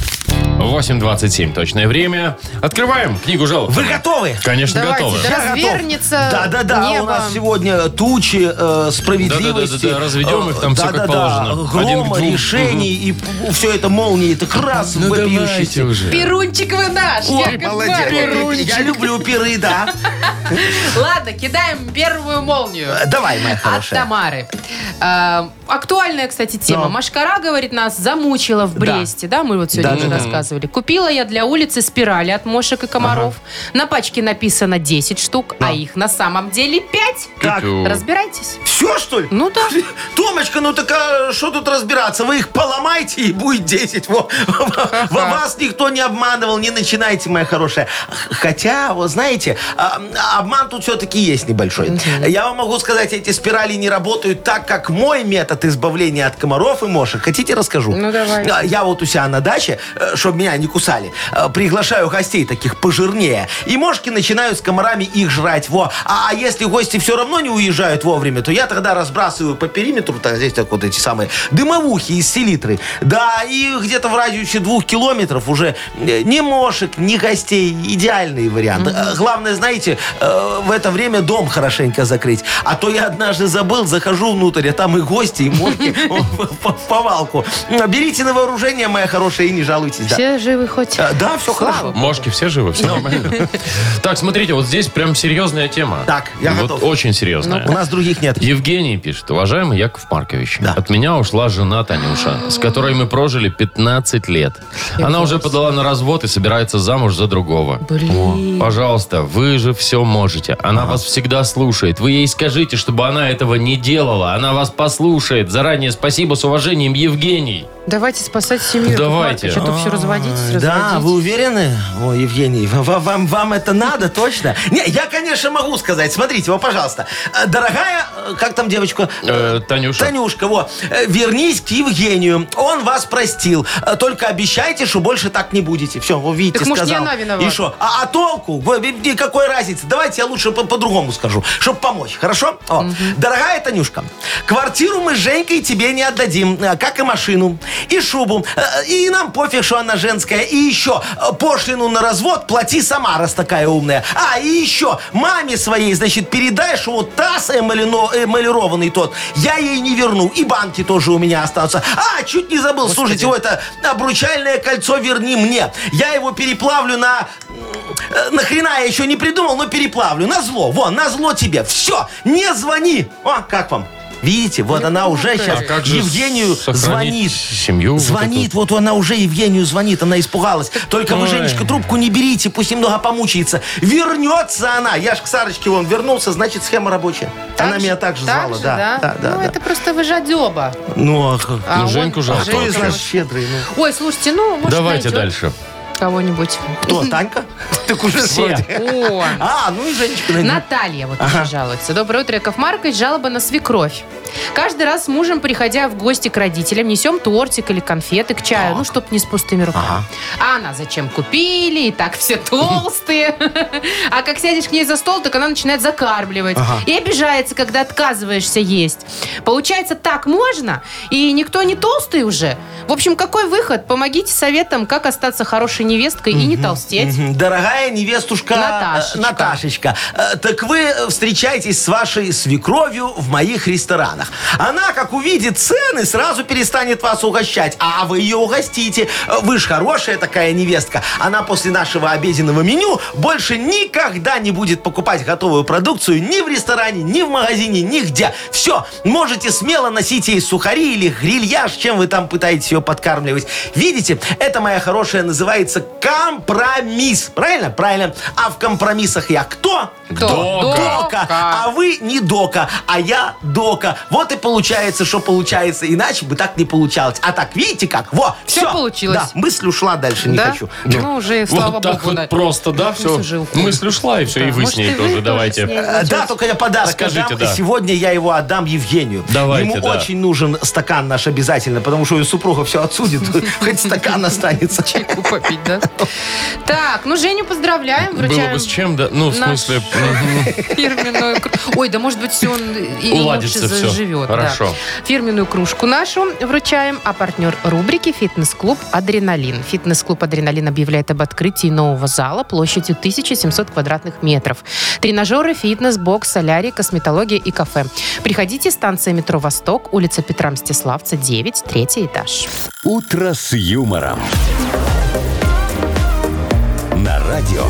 Speaker 2: 8.27 точное время. Открываем книгу жалоб.
Speaker 4: Вы готовы?
Speaker 2: Конечно,
Speaker 3: Давайте,
Speaker 2: готовы.
Speaker 3: да.
Speaker 4: Я готов.
Speaker 3: Развернется
Speaker 4: Да-да-да,
Speaker 3: небо.
Speaker 4: у нас сегодня тучи э, справедливости.
Speaker 2: Да-да-да-да-да, разведем их там всё как
Speaker 4: Да-да-да,
Speaker 2: положено. Один к
Speaker 4: Грома,
Speaker 2: двум. Ну,
Speaker 4: решений, и все это молнии, это раз вопиющийся.
Speaker 2: уже.
Speaker 3: Перунчик вы наш, Яков
Speaker 5: молодец.
Speaker 3: Маркович.
Speaker 4: Я люблю пиры, да.
Speaker 3: Ладно, кидаем первую молнию.
Speaker 4: Э, Давай, моя
Speaker 3: От
Speaker 4: хорошая.
Speaker 3: Тамары. Э, актуальная, кстати, тема.
Speaker 4: Но.
Speaker 3: Машкара, говорит, нас замучила в Бресте. Да, мы вот сегодня
Speaker 4: Да,
Speaker 3: уже
Speaker 4: да, да.
Speaker 3: рассказывали. Купила я для улицы спирали от мошек и комаров. На пачке написано 10 штук, а их на самом деле 5.
Speaker 4: Так.
Speaker 3: Разбирайтесь.
Speaker 4: Все, что ли?
Speaker 3: Ну да.
Speaker 4: Томочка, ну так а что тут разбираться? Вы их поломайте и будет 10. Во. Во- Вас никто не обманывал, не начинайте, моя хорошая. Х- Хотя, вот знаете, а, обман тут все-таки есть небольшой. Я вам могу сказать, эти спирали не работают так, как мой метод избавления от комаров и мошек. Хотите, расскажу?
Speaker 3: Ну, давай.
Speaker 4: А, Я вот у себя на даче, чтобы меня не кусали, э, приглашаю гостей таких пожирнее. И мошки начинают с комарами их жрать. Во. А, а если гости все равно не уезжают вовремя, то я тогда разбрасываю по периметру, так, здесь так вот эти самые дымовухи из селитры. Да, и где-то в радиусе двух километров уже э, ни мошек, ни гостей. Идеальный вариант. Э, Главное, знаете, э, в это время дом хорошенько закрыть. А то я однажды забыл, захожу внутрь, а там и гости, и мошки в повалку. Э, Берите на вооружение, моя хорошая, и не жалуйтесь. да.
Speaker 3: Все живы хоть.
Speaker 4: Э, Да, все хорошо.
Speaker 2: Мошки все живы,
Speaker 4: Ну.
Speaker 2: все нормально. Так, смотрите, вот здесь прям серьезная тема.
Speaker 4: Так, я
Speaker 2: Вот
Speaker 4: готов.
Speaker 2: Очень
Speaker 4: У
Speaker 2: серьезная.
Speaker 4: нас других нет.
Speaker 2: Евгений пишет, уважаемый Яков Маркович,
Speaker 4: Да.
Speaker 2: от меня ушла жена Танюша, с которой мы прожили 15 лет. Она уже подала на развод и собирается замуж за другого.
Speaker 3: Блин.
Speaker 2: Пожалуйста, вы же все можете. Она вас всегда слушает. Вы ей скажите, чтобы она этого не делала. Она вас послушает. Заранее спасибо, с уважением, Евгений.
Speaker 3: Давайте спасать семью. Яков
Speaker 2: Давайте.
Speaker 3: Маркович, а то все заводить, разводить.
Speaker 4: Да, вы уверены? Ой, Евгений, ва- ва- вам, вам это надо точно? Не, я, конечно, могу сказать. Смотрите, вот, пожалуйста. Э, Дорогая, э, как там девочка?
Speaker 2: Э, Танюша.
Speaker 4: Танюшка, во, э, вернись к Евгению. Он вас простил. Э, Только обещайте, что больше так не будете. Все, вы видите,
Speaker 3: Так, может, не
Speaker 4: сказал.
Speaker 3: она виновата?
Speaker 4: И что? А, а толку? Во, и- и Какой разницы? Давайте я лучше по- по-другому скажу, чтобы помочь. Хорошо? О. Дорогая Танюшка, квартиру мы с Женькой тебе не отдадим, э, как и машину, и шубу. Э, И нам пофиг, что она женская. И еще э, пошлину на развод плати сама, раз такая умная. А, и еще маме своей, значит, передай, что вот таз эмалино- эмалированный тот, я ей не верну. И банки тоже у меня останутся. А, чуть не забыл. Слушайте, о, это обручальное кольцо верни мне. Я его переплавлю на... э, Нахрена я еще не придумал, но переплавлю. На зло. Вон, на зло тебе. Все, не звони. О, как вам? Видите, вот она уже сейчас
Speaker 2: А как же
Speaker 4: Евгению
Speaker 2: сохранить
Speaker 4: звонит.
Speaker 2: семью вот
Speaker 4: звонит, вот, она уже Евгению звонит, она испугалась. Только вы,
Speaker 2: Ой.
Speaker 4: Женечка, трубку не берите, пусть немного помучается. Вернется она. Я ж к Сарочке вон вернулся, значит, схема рабочая.
Speaker 3: Так
Speaker 4: она
Speaker 3: же-
Speaker 4: меня так же
Speaker 3: так
Speaker 4: звала,
Speaker 3: же,
Speaker 4: да. Да, да,
Speaker 3: ну,
Speaker 4: да.
Speaker 3: это просто вы жадеба.
Speaker 4: Ну, а
Speaker 3: А он-
Speaker 2: Женьку жалко.
Speaker 4: кто из
Speaker 2: Жалко.
Speaker 4: нас щедрый? ну?
Speaker 3: Ой, слушайте, ну, может,
Speaker 2: Давайте
Speaker 3: найдет
Speaker 2: дальше.
Speaker 3: Кого-нибудь.
Speaker 4: Кто, Танька? Так уже
Speaker 2: Все.
Speaker 4: вроде.
Speaker 3: О,
Speaker 4: А, ну и Женечка найдет.
Speaker 3: Наталья вот еще жалуется. Доброе утро, Яков Маркович. Жалоба на свекровь. Каждый раз с мужем, приходя в гости к родителям, несем тортик или конфеты к чаю, ну, чтоб не с пустыми руками. А она зачем купили, и так все толстые. А как сядешь к ней за стол, так она начинает закармливать. И обижается, когда отказываешься есть. Получается, так можно, и никто не толстый уже. В общем, какой выход? Помогите советом, как остаться хорошей невесткой и не толстеть.
Speaker 4: Мгм. Дорогая невестушка э,
Speaker 3: Наташечка.
Speaker 4: Наташечка, э, так вы э, встречаетесь с вашей свекровью в моих ресторанах. Она, как увидит цены, сразу перестанет вас угощать, а вы ее угостите. Э, Вы ж хорошая такая невестка. Она после нашего обеденного меню больше никогда не будет покупать готовую продукцию ни в ресторане, ни в магазине, нигде. Все, можете смело носить ей сухари или грильяж, чем вы там пытаетесь ее подкармливать. Видите, это моя хорошая называется компромисс. Правильно? Правильно. А в компромиссах я кто?
Speaker 3: Кто?
Speaker 2: Дока.
Speaker 4: Дока. А вы не дока, а я дока. Вот и получается, что получается. Иначе бы так не получалось. А так, видите как? Во,
Speaker 3: Всё
Speaker 4: все.
Speaker 3: получилось.
Speaker 4: Да, мысль ушла дальше, не
Speaker 3: Да?
Speaker 4: хочу.
Speaker 3: Ну, уже, слава
Speaker 2: вот
Speaker 3: богу.
Speaker 2: так вот
Speaker 3: да. Ну,
Speaker 2: просто, да,
Speaker 3: Мысль
Speaker 2: все.
Speaker 3: жил.
Speaker 2: Мысль ушла, и все, и
Speaker 3: Да.
Speaker 2: вы
Speaker 3: Может,
Speaker 2: с ней
Speaker 3: и вы
Speaker 2: тоже, давайте.
Speaker 3: с ней
Speaker 4: Э, Да, только я подарок
Speaker 2: Скажите,
Speaker 4: отдам.
Speaker 2: да.
Speaker 4: Сегодня я его отдам Евгению.
Speaker 2: Давайте,
Speaker 4: Ему
Speaker 2: да.
Speaker 4: очень нужен стакан наш обязательно, потому что ее супруга все отсудит. Хоть стакан останется.
Speaker 3: Чайку попить, да? Так, ну Женю поздравляем,
Speaker 2: Было
Speaker 3: вручаем
Speaker 2: бы с чем, да? Ну, в
Speaker 3: наш-
Speaker 2: смысле, мгм.
Speaker 3: фирменную кру- Ой, да может быть все он и
Speaker 2: Уладится
Speaker 3: лучше
Speaker 2: всё.
Speaker 3: заживет. да.
Speaker 2: Хорошо.
Speaker 3: Фирменную кружку нашу вручаем, а партнер рубрики «Фитнес-клуб Адреналин». «Фитнес-клуб Адреналин» объявляет об открытии нового зала площадью 1700 квадратных метров. Тренажеры, фитнес, бокс, солярий, косметология и кафе. Приходите, станция метро «Восток», улица Петра Мстиславца, 9, третий этаж.
Speaker 1: «Утро с юмором». На радио.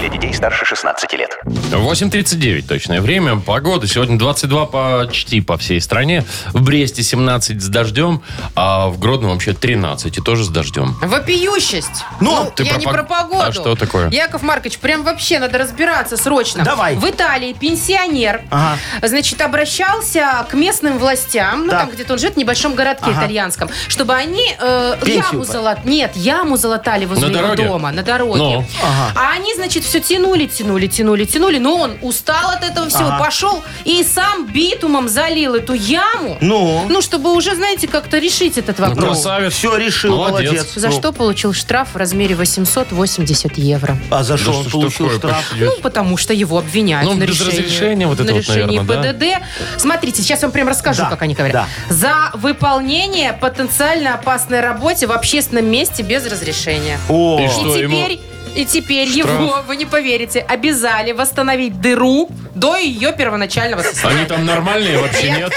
Speaker 6: Для детей старше 16 лет.
Speaker 2: 8.39 точное время. Погода сегодня 22 почти по всей стране. В Бресте 17 с дождем, а в Гродно вообще 13 и тоже с дождем.
Speaker 3: Вопиющесть.
Speaker 4: Ну,
Speaker 2: ты
Speaker 3: я
Speaker 2: про
Speaker 3: не
Speaker 2: пог-
Speaker 3: про погоду.
Speaker 2: А что такое?
Speaker 3: Яков Маркович, прям вообще надо разбираться срочно.
Speaker 4: Давай. А.
Speaker 3: В Италии пенсионер,
Speaker 4: Ага.
Speaker 3: значит, обращался к местным властям, ну,
Speaker 4: Так.
Speaker 3: там где-то он живет, в небольшом городке
Speaker 4: Ага.
Speaker 3: итальянском, чтобы они э,
Speaker 4: Пенсию
Speaker 3: яму
Speaker 4: бы.
Speaker 3: залатали. Нет, яму залатали возле
Speaker 2: На
Speaker 3: его
Speaker 2: дороге?
Speaker 3: дома, на дороге.
Speaker 2: Ну.
Speaker 4: Ага.
Speaker 3: А они, значит, все тянули, тянули, тянули, тянули, но он устал от этого всего,
Speaker 4: Ага.
Speaker 3: пошел и сам битумом залил эту яму.
Speaker 4: Ну?
Speaker 3: Ну, чтобы уже, знаете, как-то решить этот
Speaker 2: Ну,
Speaker 3: вопрос.
Speaker 2: красавец.
Speaker 4: Все, решил,
Speaker 2: Молодец.
Speaker 4: молодец.
Speaker 3: За
Speaker 4: Ну,
Speaker 3: что получил штраф в размере 880 евро?
Speaker 4: А за
Speaker 2: Да
Speaker 4: что он
Speaker 2: ж
Speaker 4: получил
Speaker 2: такое?
Speaker 4: штраф?
Speaker 2: Пиздец.
Speaker 3: Ну, потому что его обвиняют
Speaker 2: Ну,
Speaker 3: на
Speaker 2: без
Speaker 3: решении,
Speaker 2: разрешения вот это
Speaker 3: на
Speaker 2: вот,
Speaker 3: решении
Speaker 2: наверное,
Speaker 3: ПДД. Смотрите, сейчас я вам прям расскажу,
Speaker 4: Да,
Speaker 3: как они говорят. За выполнение потенциально опасной работы в общественном месте без разрешения.
Speaker 2: И
Speaker 4: О,
Speaker 2: что
Speaker 3: и
Speaker 2: ему?
Speaker 3: теперь... И теперь
Speaker 2: Штраф?
Speaker 3: его, вы не поверите, обязали восстановить дыру до ее первоначального
Speaker 2: Они
Speaker 3: состояния.
Speaker 2: там нормальные вообще нет?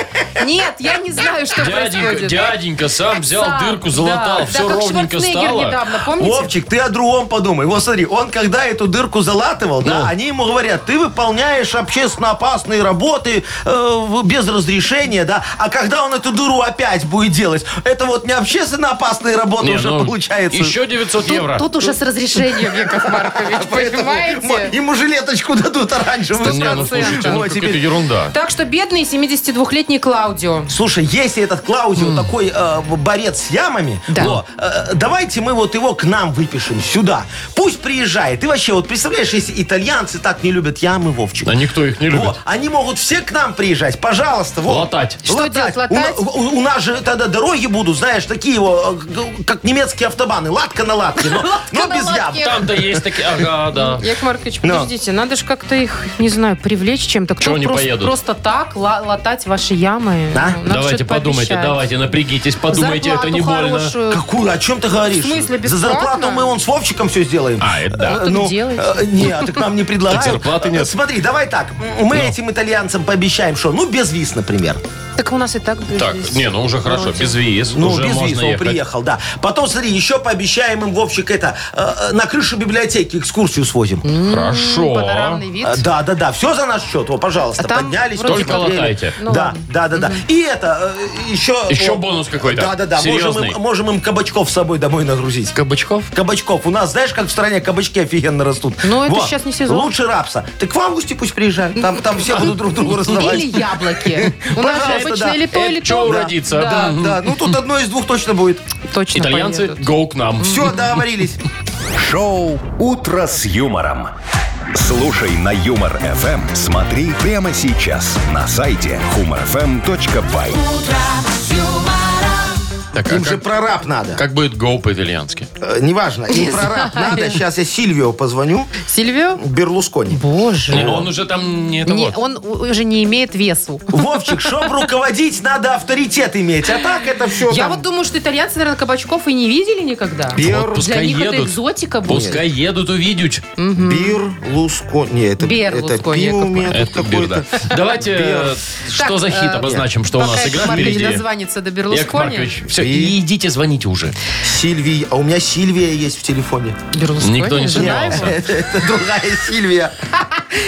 Speaker 3: Нет, я не знаю, что
Speaker 2: Дяденька,
Speaker 3: происходит.
Speaker 2: дяденька сам взял
Speaker 3: Сам,
Speaker 2: дырку, залатал,
Speaker 3: да,
Speaker 2: все
Speaker 3: да, как
Speaker 2: ровненько
Speaker 3: Шварценеггер
Speaker 2: стало.
Speaker 3: недавно, помните?
Speaker 4: Вовчик, ты о другом подумай. Вот смотри, он когда эту дырку залатывал,
Speaker 2: Ну.
Speaker 4: да, они ему говорят, ты выполняешь общественно опасные работы э, в- без разрешения, да, а когда он эту дыру опять будет делать, это вот не общественно опасные работы
Speaker 2: Не,
Speaker 4: уже
Speaker 2: ну,
Speaker 4: получается.
Speaker 2: Еще 900 евро. А
Speaker 3: Тут уже с разрешением, Яков Маркович,
Speaker 4: Поэтому
Speaker 3: понимаете?
Speaker 4: ему жилеточку дадут оранжевую.
Speaker 2: Не, ну ну слушайте, ну
Speaker 4: О,
Speaker 2: какая-то
Speaker 4: теперь-
Speaker 2: ерунда.
Speaker 3: Так что бедный 72-летний Клаудио.
Speaker 4: Слушай, если этот Клаудио такой э, борец с ямами,
Speaker 3: Да.
Speaker 4: во, э, давайте мы вот его к нам выпишем сюда. Пусть приезжает. И вообще, вот представляешь, если итальянцы так не любят ямы, Вовчик.
Speaker 2: А никто их не любит.
Speaker 4: Во, они могут все к нам приезжать, пожалуйста. во.
Speaker 2: Латать.
Speaker 3: Что делать, латать?
Speaker 4: У на- У, у нас же тогда дороги будут, знаешь, такие, во, э, как немецкие автобаны, латка на латке, но, но
Speaker 3: на
Speaker 4: без ям.
Speaker 3: латке.
Speaker 2: Там-то есть такие, ага, да.
Speaker 3: Яков Маркович,
Speaker 4: Но.
Speaker 3: подождите, надо же как-то их, не знаю, привлечь чем-то. Кто
Speaker 2: Чего они
Speaker 3: просто,
Speaker 2: поедут? А?
Speaker 3: просто так ла- латать ваши ямы?
Speaker 4: Да?
Speaker 3: Ну, надо
Speaker 2: давайте
Speaker 3: что-то
Speaker 2: подумайте,
Speaker 3: пообещать.
Speaker 2: давайте, напрягитесь, подумайте, это не
Speaker 3: Зарплату
Speaker 2: больно.
Speaker 3: хорошую.
Speaker 4: Какую? О чем ты говоришь?
Speaker 3: Э, смысле,
Speaker 4: За
Speaker 3: бесплатно?
Speaker 4: зарплату мы он с Вовчиком все сделаем.
Speaker 2: А, это да.
Speaker 3: так делайте.
Speaker 4: э, не, а так нам не предлагают.
Speaker 2: Так зарплаты нет. Ну.
Speaker 4: Э, Смотри, давай так. м, Мы этим итальянцам пообещаем, что, ну, без виз, например.
Speaker 3: Так у нас и так...
Speaker 2: Так,
Speaker 3: здесь.
Speaker 2: не, ну уже хорошо,
Speaker 3: Давайте.
Speaker 2: без виз,
Speaker 4: Ну,
Speaker 2: уже
Speaker 4: без
Speaker 2: можно
Speaker 4: виз, он
Speaker 2: ехать.
Speaker 4: приехал, да. Потом, смотри, еще пообещаем им, Вовчик, это, э, э, на крышу библиотеки экскурсию свозим.
Speaker 2: Хорошо.
Speaker 3: Панорамный вид.
Speaker 2: А,
Speaker 4: Э, Да, да, да, все за наш счет. Во, пожалуйста,
Speaker 3: А там
Speaker 4: поднялись,
Speaker 3: вроде
Speaker 2: Только
Speaker 4: посмотрели.
Speaker 2: латайте.
Speaker 3: Ну,
Speaker 4: да,
Speaker 3: ладно.
Speaker 4: да, да, да. И это, э, еще...
Speaker 2: Еще
Speaker 4: о,
Speaker 2: бонус какой-то.
Speaker 4: Да, да, да. Можем
Speaker 2: Серьезный.
Speaker 4: им, можем им кабачков с собой домой нагрузить.
Speaker 2: Кабачков?
Speaker 4: Кабачков. У нас, знаешь, как в стране кабачки офигенно растут.
Speaker 3: Ну, это сейчас не сезон.
Speaker 4: Лучше рапса. Так в августе пусть приезжают. Там, там все будут друг другу раздавать.
Speaker 3: Или яблоки. У нас же
Speaker 4: Пожалуйста,
Speaker 3: обычно
Speaker 4: да.
Speaker 3: или то, или
Speaker 2: Чего
Speaker 3: то.
Speaker 2: уродиться?
Speaker 4: Да, да. Ну, тут одно из двух точно будет.
Speaker 3: Точно
Speaker 2: Итальянцы,
Speaker 3: поедут.
Speaker 2: go к нам.
Speaker 4: Все, договорились.
Speaker 1: Шоу «Утро с юмором». Слушай на Юмор ФМ. Смотри прямо сейчас на сайте humorfm.by.
Speaker 2: Так, а
Speaker 4: Им же
Speaker 2: как,
Speaker 4: про рап надо.
Speaker 2: как будет go по-итальянски?
Speaker 4: Э, Неважно. Им про рап надо. Сейчас я Сильвио позвоню.
Speaker 3: Сильвио?
Speaker 4: Берлускони.
Speaker 2: Не,
Speaker 3: Боже.
Speaker 2: Он уже там не это
Speaker 3: Не,
Speaker 2: вот.
Speaker 3: Он у- уже не имеет весу.
Speaker 4: Вовчик, чтоб руководить, надо авторитет иметь. А так это все
Speaker 3: Я вот думаю, что итальянцы, наверное, кабачков и не видели никогда.
Speaker 2: Вот
Speaker 4: Бер,
Speaker 3: Для
Speaker 2: пускай
Speaker 3: них это
Speaker 2: едут.
Speaker 3: экзотика будет.
Speaker 2: Пускай едут увидеть.
Speaker 4: Берлускони. Не, это, это
Speaker 3: Берлускони,
Speaker 4: пиво
Speaker 3: Яков
Speaker 4: у меня
Speaker 2: Это
Speaker 4: тут
Speaker 2: бир, да.
Speaker 4: какое-то.
Speaker 2: Давайте, э,
Speaker 3: Так,
Speaker 2: что за хит
Speaker 3: э,
Speaker 2: обозначим, что у
Speaker 3: пока
Speaker 2: нас
Speaker 3: Яков
Speaker 2: игра
Speaker 3: Маркович
Speaker 2: впереди.
Speaker 3: дозвонится до
Speaker 2: Яков Маркович,
Speaker 3: Берлускони.
Speaker 2: все,
Speaker 4: И-
Speaker 2: и идите, звоните уже.
Speaker 4: Сильвия. А у меня Сильвия есть в телефоне.
Speaker 3: Берлускони?
Speaker 2: Никто не
Speaker 3: Жена
Speaker 2: сомневался.
Speaker 3: его?
Speaker 4: Это это другая Сильвия.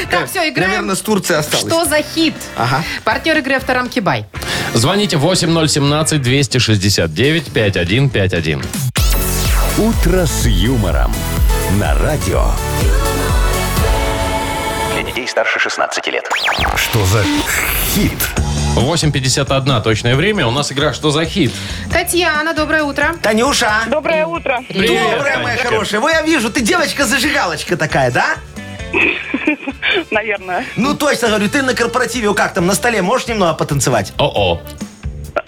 Speaker 3: Так, все, играем.
Speaker 4: Наверное, с Турции осталось. А.
Speaker 3: Что за хит?
Speaker 4: Ага.
Speaker 3: Партнер игры Авторамки Бай.
Speaker 2: Звоните 8017-269-5151.
Speaker 1: «Утро с юмором» на радио.
Speaker 6: Для детей старше 16 лет.
Speaker 1: Что за хит?
Speaker 2: 8.51 точное время. У нас игра «Что за хит?»
Speaker 3: Татьяна, доброе утро.
Speaker 4: Танюша.
Speaker 7: Доброе утро.
Speaker 2: Привет,
Speaker 4: Добрая моя
Speaker 2: Танечка.
Speaker 4: хорошая. Во, я вижу, ты девочка-зажигалочка такая, да?
Speaker 7: Наверное.
Speaker 4: Ну, точно говорю, ты на корпоративе как там, на столе можешь немного потанцевать?
Speaker 2: О-о.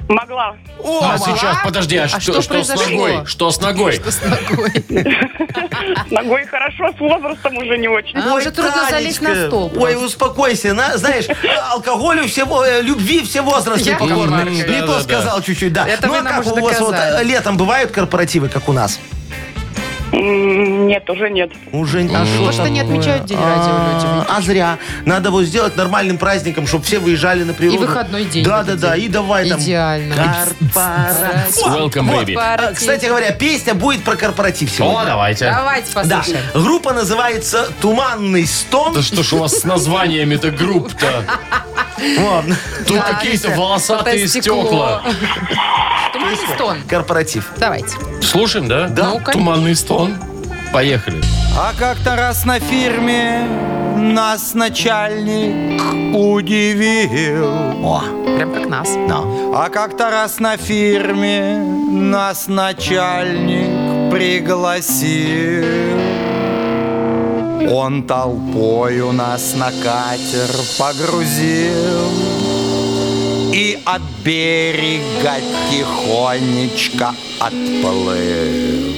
Speaker 7: Могла.
Speaker 4: О,
Speaker 2: А
Speaker 4: мало.
Speaker 2: сейчас, подожди, а
Speaker 3: А
Speaker 2: что
Speaker 3: что
Speaker 2: что с
Speaker 3: произошло?
Speaker 2: ногой? Что с ногой? А.
Speaker 7: Ногой хорошо, с возрастом уже не очень.
Speaker 3: А, уже трудно
Speaker 4: Танечка.
Speaker 3: залезть на стол
Speaker 4: Ой, успокойся, на- знаешь, алкоголю все, во- э, любви все возрасты
Speaker 3: Яков
Speaker 4: покорны.
Speaker 2: Маркович.
Speaker 4: Не
Speaker 2: Да,
Speaker 4: то
Speaker 2: да,
Speaker 4: сказал чуть-чуть, да.
Speaker 3: Это
Speaker 4: ну,
Speaker 3: вы
Speaker 4: а
Speaker 3: нам
Speaker 4: как
Speaker 3: уже
Speaker 4: у вас вот
Speaker 3: доказали.
Speaker 4: э, летом бывают корпоративы, как у нас?
Speaker 2: А.
Speaker 7: М, Нет, уже нет.
Speaker 4: Уже не
Speaker 3: Потому А что не отмечают День радио люди.
Speaker 4: А зря. Надо вот сделать нормальным праздником, чтобы все выезжали на природу.
Speaker 3: выходной день
Speaker 4: Да,
Speaker 3: будет
Speaker 4: да, да. И давай там.
Speaker 3: Идеально.
Speaker 4: Корпора-
Speaker 2: Welcome,
Speaker 4: Вот.
Speaker 2: baby.
Speaker 4: А, Кстати говоря, песня будет про корпоратив
Speaker 2: О,
Speaker 4: сегодня.
Speaker 2: давайте.
Speaker 3: Давайте
Speaker 4: Да.
Speaker 3: послушаем.
Speaker 4: Группа называется «Туманный стон».
Speaker 2: Да что ж у вас с названиями-то групп-то?
Speaker 4: Вот.
Speaker 2: Тут какие-то волосатые
Speaker 3: Это стекло.
Speaker 2: стекла.
Speaker 3: Туманный стон.
Speaker 4: Корпоратив.
Speaker 3: Давайте.
Speaker 2: Слушаем, да?
Speaker 4: Да.
Speaker 3: Ну, конечно.
Speaker 2: Туманный стон. Поехали.
Speaker 10: А как-то раз на фирме нас начальник удивил.
Speaker 3: Прям как нас.
Speaker 10: А как-то раз на фирме нас начальник пригласил. Он толпою нас на катер погрузил И от берега тихонечко отплыл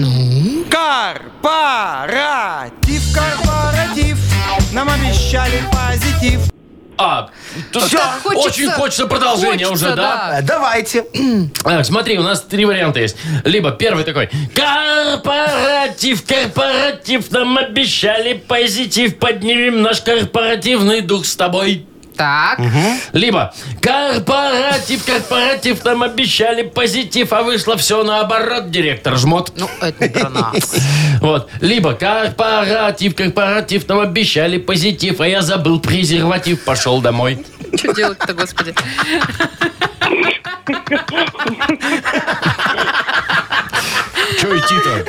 Speaker 4: Ну?
Speaker 10: Корпоратив, корпоратив Нам обещали позитив
Speaker 2: А, то-
Speaker 4: Всё,
Speaker 2: так очень хочется продолжения
Speaker 3: хочется,
Speaker 2: уже, да?
Speaker 4: Э, Давайте.
Speaker 2: Так, смотри, у нас три варианта есть. Либо первый такой. Корпоратив, корпоратив, нам обещали позитив, поднимем наш корпоративный дух с тобой.
Speaker 3: Так.
Speaker 2: Либо корпоратив, корпоратив, нам обещали позитив, а вышло все наоборот, директор жмот.
Speaker 3: Ну, это не про нас.
Speaker 2: Вот. Либо корпоратив, корпоратив, нам обещали позитив, а я забыл презерватив, пошел домой.
Speaker 3: Что делать-то, господи?
Speaker 2: Че идти-то?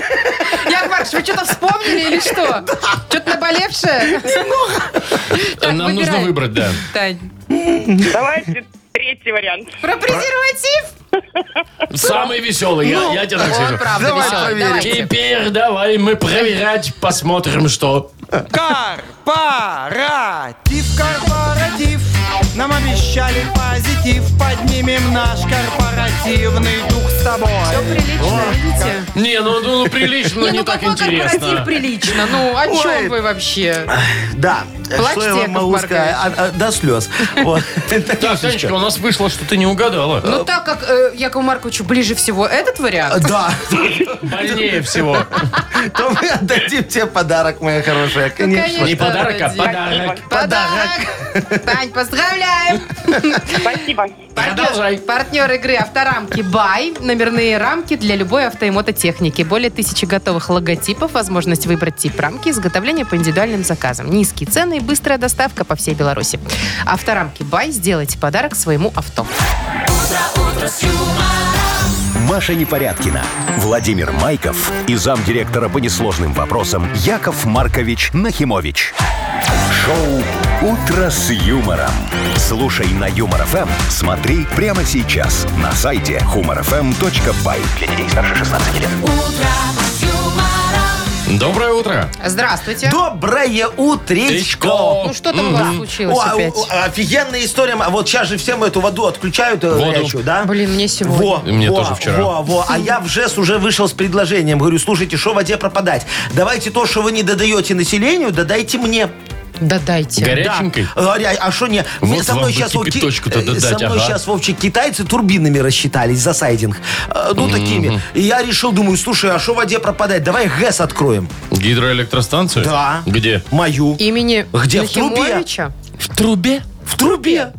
Speaker 3: Яков Маркович, вы что-то вспомнили или что? Что-то наболевшее? Так,
Speaker 2: Нам нужно
Speaker 3: выбирай.
Speaker 2: выбрать, да.
Speaker 3: Тань.
Speaker 7: Давайте третий вариант.
Speaker 3: Про презерватив?
Speaker 2: Самый веселый, я, я тебе так
Speaker 3: Ну, Он
Speaker 2: скажу.
Speaker 3: правда
Speaker 5: Давай
Speaker 3: веселый.
Speaker 5: проверим.
Speaker 3: Давайте.
Speaker 2: Теперь давай мы проверять, посмотрим, что.
Speaker 10: Корпоратив, корпоратив, нам обещали позитив, поднимем наш корпоративный дух с тобой.
Speaker 3: Все прилично, видите?
Speaker 2: Не, ну, ну, прилично, но не
Speaker 3: ну
Speaker 2: так
Speaker 3: какой корпоратив
Speaker 2: интересно.
Speaker 3: прилично? Ну, о
Speaker 4: Ой.
Speaker 3: чем вы вообще?
Speaker 4: Да,
Speaker 3: Плачьте,
Speaker 4: что я
Speaker 3: Яков
Speaker 4: вам могу сказать?
Speaker 3: Маркович.
Speaker 4: А, а, до слез. Вот.
Speaker 2: Так, Танечка, у нас вышло, что ты не угадала.
Speaker 3: Ну, так как э, Якову Марковичу ближе всего этот вариант,
Speaker 4: Да,
Speaker 2: Больнее всего.
Speaker 4: то мы отдадим тебе подарок, моя
Speaker 3: Ну,
Speaker 4: хорошая, конечно.
Speaker 2: Не подарок, а
Speaker 3: Дадим.
Speaker 2: подарок.
Speaker 3: Подарок! Тань, поздравляем!
Speaker 7: Спасибо.
Speaker 2: Продолжай.
Speaker 3: Партнер игры «Авторамки Бай». Номерные рамки для любой авто и мототехники. Более тысячи готовых логотипов, возможность выбрать тип рамки, изготовление по индивидуальным заказам. Низкие цены и быстрая доставка по всей Беларуси. «Авторамки Бай» сделайте подарок своему авто.
Speaker 1: Маша Непорядкина, Владимир Майков и замдиректора по несложным вопросам Яков Маркович Нахимович. Шоу «Утро с юмором». Слушай на Юмор ФМ, смотри прямо сейчас на сайте humorfm.by. Для детей старше 16 лет.
Speaker 2: Доброе утро.
Speaker 3: Здравствуйте.
Speaker 4: Доброе утречко.
Speaker 2: Утречко.
Speaker 3: Ну, что там у вас случилось
Speaker 4: О,
Speaker 3: опять?
Speaker 4: о, о, офигенная история. А вот сейчас же всем эту воду отключают э,
Speaker 2: Воду.
Speaker 4: горячую, да?
Speaker 3: Блин, мне сегодня.
Speaker 4: Во,
Speaker 2: И мне
Speaker 4: во,
Speaker 2: тоже вчера.
Speaker 4: Во, во. А я в ЖЭС уже вышел с предложением. Говорю, слушайте, что воде пропадать? Давайте то, что вы не додаете населению, додайте мне.
Speaker 3: Да дайте.
Speaker 2: Горяченькой?
Speaker 4: Говоря, а что не?
Speaker 2: Вот
Speaker 4: Мне со мной
Speaker 2: вам бы
Speaker 4: сейчас
Speaker 2: кипяточку-то додать,
Speaker 4: со мной
Speaker 2: ага.
Speaker 4: сейчас Вовчик китайцы турбинами рассчитались за сайдинг. Э, Ну, такими. И я решил, думаю, слушай, а что воде пропадать? Давай ГЭС откроем.
Speaker 2: Гидроэлектростанцию?
Speaker 4: Да.
Speaker 2: Где?
Speaker 4: Мою.
Speaker 3: Имени
Speaker 4: Где, в трубе?
Speaker 3: Нахимовича?
Speaker 2: В трубе?
Speaker 4: В трубе.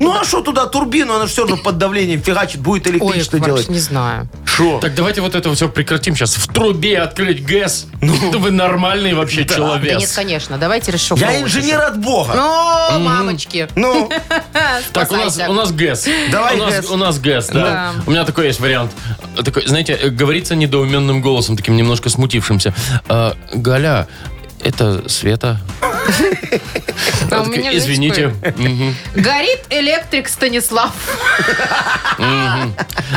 Speaker 4: Ну а что туда турбину? Она же все равно под давлением фигачит, будет
Speaker 3: Ой,
Speaker 4: электричество
Speaker 3: Яков Маркович,
Speaker 4: делать.
Speaker 3: не знаю.
Speaker 4: Шо?
Speaker 2: Так давайте вот это все прекратим сейчас. В трубе открыть ГЭС. Ну, вы нормальный вообще
Speaker 3: Да нет,
Speaker 2: человек.
Speaker 3: конечно, давайте решим.
Speaker 4: Я инженер от бога.
Speaker 3: О, мамочки. А
Speaker 4: Ну,
Speaker 2: Так, у нас,
Speaker 3: спасайся.
Speaker 2: у нас ГЭС.
Speaker 4: Давай
Speaker 2: у нас,
Speaker 4: ГЭС.
Speaker 2: У нас ГЭС, да.
Speaker 3: Да.
Speaker 2: У меня такой есть вариант. Такой, знаете, э, говорится недоуменным голосом, таким немножко смутившимся. «А, Галя, это Света.
Speaker 3: А
Speaker 2: Она
Speaker 3: у
Speaker 2: такая,
Speaker 3: меня, знаете,
Speaker 2: Извините. Мгм.
Speaker 3: Горит электрик Станислав.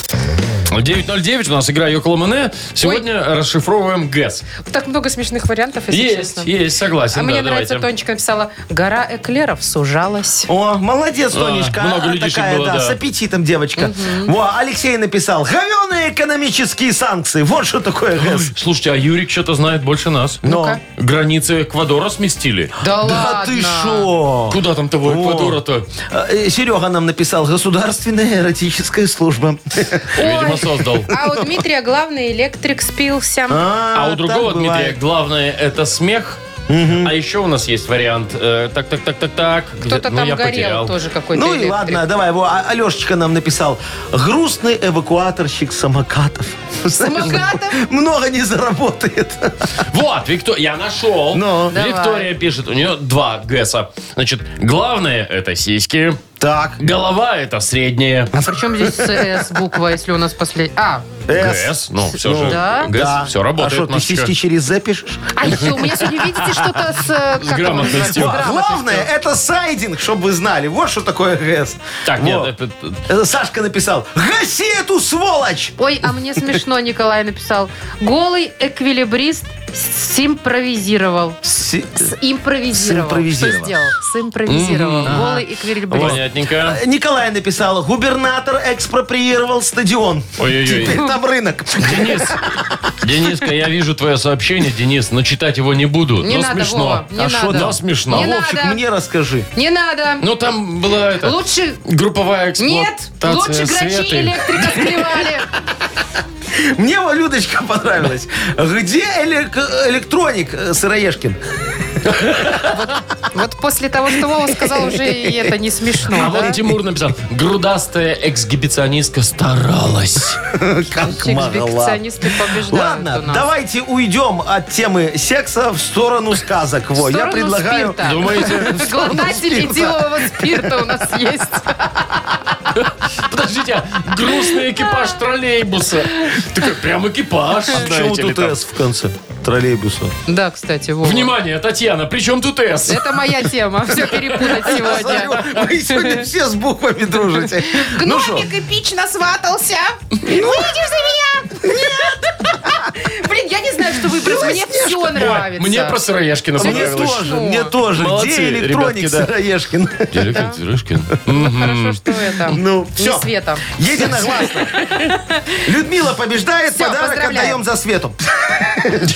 Speaker 2: 909 у нас игра Йоколомане. Сегодня расшифровываем ГЭС.
Speaker 3: Так много смешных вариантов, если
Speaker 2: Есть,
Speaker 3: честно.
Speaker 2: есть, согласен.
Speaker 3: А
Speaker 2: да,
Speaker 3: мне
Speaker 2: давайте.
Speaker 3: нравится, Тонечка написала, гора эклеров сужалась.
Speaker 4: О, молодец,
Speaker 2: А,
Speaker 4: Тонечка.
Speaker 2: много
Speaker 4: А,
Speaker 2: людишек
Speaker 4: такая,
Speaker 2: было,
Speaker 4: да,
Speaker 2: да.
Speaker 4: с аппетитом девочка. Во, Алексей написал, говеные экономические санкции. Вот что такое ГЭС.
Speaker 2: Слушайте, а Юрик что-то знает больше нас.
Speaker 4: Ну-ка.
Speaker 2: Границы Эквадора сместили.
Speaker 3: Да,
Speaker 4: Да ты шо?
Speaker 2: Куда там того
Speaker 4: О.
Speaker 2: Эквадора-то?
Speaker 4: Э, Серега нам написал, государственная эротическая служба.
Speaker 2: Видимо, создал.
Speaker 3: А у Дмитрия главный электрик спился.
Speaker 2: А у
Speaker 4: так
Speaker 2: другого Дмитрия
Speaker 4: бывает.
Speaker 2: главное это смех. А еще у нас есть вариант. э, так, так, так, так, так.
Speaker 3: Кто-то
Speaker 2: Ну,
Speaker 3: там
Speaker 2: я
Speaker 3: горел
Speaker 2: потерял.
Speaker 3: тоже какой-то
Speaker 4: Ну и
Speaker 3: электрик.
Speaker 4: ладно, давай, во, А- Алешечка нам написал, грустный эвакуаторщик самокатов.
Speaker 3: Самокатов?
Speaker 4: Много не заработает.
Speaker 2: Вот, Виктор, я нашел.
Speaker 4: Ну.
Speaker 2: Виктория пишет, у нее два ГЭСа. Значит, главное это сиськи.
Speaker 4: Так.
Speaker 2: Голова это средняя.
Speaker 3: А при чем здесь СС буква, если у нас последняя? А,
Speaker 2: ГС, ну, все же.
Speaker 3: да.
Speaker 2: ГС, все работает,
Speaker 4: Э, А что, ты
Speaker 2: Машечка.
Speaker 4: сиськи через Z пишешь?
Speaker 3: а еще у меня сегодня, видите, что-то с... э, как его называют?
Speaker 2: грамотностью.
Speaker 3: С
Speaker 4: А
Speaker 3: грамотностью.
Speaker 4: Главное, это сайдинг, чтобы вы знали. Вот что такое ГС.
Speaker 2: Так,
Speaker 4: Во.
Speaker 2: нет, это-
Speaker 4: Это Сашка написал. Гаси эту сволочь!
Speaker 3: Ой, а мне смешно, Николай написал. Голый эквилибрист симпровизировал.
Speaker 4: Си-
Speaker 3: Импровизировал.
Speaker 4: Симпровизировал.
Speaker 3: Что сделал? Симпровизировал.
Speaker 2: Мгм.
Speaker 3: Голый эквилибрист.
Speaker 2: понятненько.
Speaker 4: Э, Николай написал. Губернатор экспроприировал стадион. Теперь
Speaker 2: Ой-ой-ой.
Speaker 4: там рынок.
Speaker 2: Денис, Дениска, я вижу твое сообщение, Денис, но читать его не буду.
Speaker 3: Не
Speaker 2: но
Speaker 3: надо,
Speaker 2: смешно.
Speaker 3: Вова, не
Speaker 2: а что,
Speaker 3: надо.
Speaker 2: но смешно.
Speaker 3: Не
Speaker 4: А, Вовчик,
Speaker 3: надо.
Speaker 4: мне расскажи.
Speaker 3: Не надо.
Speaker 2: Ну, там была это,
Speaker 3: Лучше...
Speaker 2: групповая
Speaker 3: Нет,
Speaker 2: эксплуатация
Speaker 3: лучше грачи
Speaker 2: Светы.
Speaker 3: электрика склевали.
Speaker 4: Мне вот, Людочка понравилась. Где элек- электроник э, Сыроежкин?
Speaker 3: Вот после того, что Вова сказал, уже и это не смешно,
Speaker 2: А
Speaker 3: да?
Speaker 2: вот Тимур написал, грудастая эксгибиционистка старалась.
Speaker 4: Как могла.
Speaker 3: Эксгибиционисты побеждают
Speaker 4: Ладно,
Speaker 3: у нас.
Speaker 4: давайте уйдем от темы секса в сторону сказок. Во, я
Speaker 3: сторону
Speaker 4: предлагаю...
Speaker 3: спирта.
Speaker 2: Думаете?
Speaker 3: Глотатели
Speaker 4: спирта.
Speaker 3: делового спирта у нас есть.
Speaker 2: Подождите, а грустный экипаж троллейбуса. Такой прям экипаж,
Speaker 4: А Почему
Speaker 2: знаете ли,
Speaker 4: тут
Speaker 2: там.
Speaker 4: «С» в конце троллейбуса?
Speaker 3: Да, кстати, Вова.
Speaker 2: Внимание, Татьяна, при чем тут С?
Speaker 3: Это моя тема. Все перепутать сегодня.
Speaker 4: Смотрю, Вы сегодня все с буквами дружите. Ну что, Ну?
Speaker 3: Гномик эпично сватался. Выйдешь за меня? Нет. Блин, я не знаю, что выбрать. Мне все
Speaker 2: Ой,
Speaker 3: нравится.
Speaker 2: Мне про сыроежкина
Speaker 4: мне
Speaker 2: понравилось.
Speaker 4: тоже, мне тоже.
Speaker 2: Молодцы,
Speaker 4: Где электроник
Speaker 2: ребятки, да.
Speaker 4: Сыроежкин?
Speaker 2: Директор Сыроежкин.
Speaker 3: Хорошо, что это.
Speaker 4: Ну,
Speaker 3: Не
Speaker 4: все.
Speaker 3: Света.
Speaker 4: Единогласно. Людмила побеждает,
Speaker 3: Всё,
Speaker 4: подарок
Speaker 3: поздравляем.
Speaker 4: отдаем за Свету.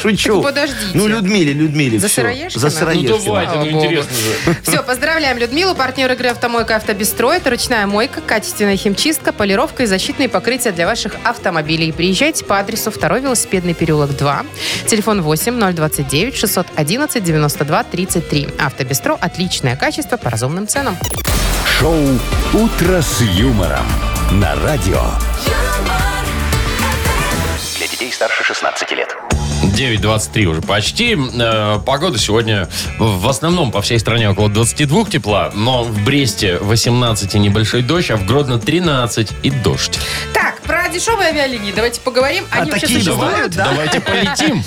Speaker 4: Шучу.
Speaker 3: Подождите.
Speaker 4: Ну, Людмиле, Людмиле.
Speaker 3: За
Speaker 4: всё.
Speaker 3: Сыроежкина? Ну,
Speaker 4: За
Speaker 2: Ну
Speaker 4: Сыроежкина.
Speaker 2: давайте, ну
Speaker 3: Слава богу.
Speaker 2: интересно же.
Speaker 3: Все, поздравляем Людмилу, партнер игры «Автомойка Автобестстрой». Это ручная мойка, качественная химчистка, полировка и защитные покрытия для ваших автомобилей. Приезжайте по адресу 2 велосипедный переулок 2, телефон 8 029 611 92 33. «Автобестро» – отличное качество по разумным ценам.
Speaker 1: Шоу «Утро с юмором» на радио.
Speaker 6: Для детей старше 16 лет.
Speaker 2: 9.23 уже почти. Э, Погода сегодня в основном по всей стране около 22 тепла, но в Бресте 18 и небольшой дождь, а в Гродно 13 и дождь.
Speaker 3: Так, про дешевые авиалинии давайте поговорим. Они вообще
Speaker 4: А такие
Speaker 3: существуют?
Speaker 4: бывают? Да.
Speaker 2: Давайте полетим.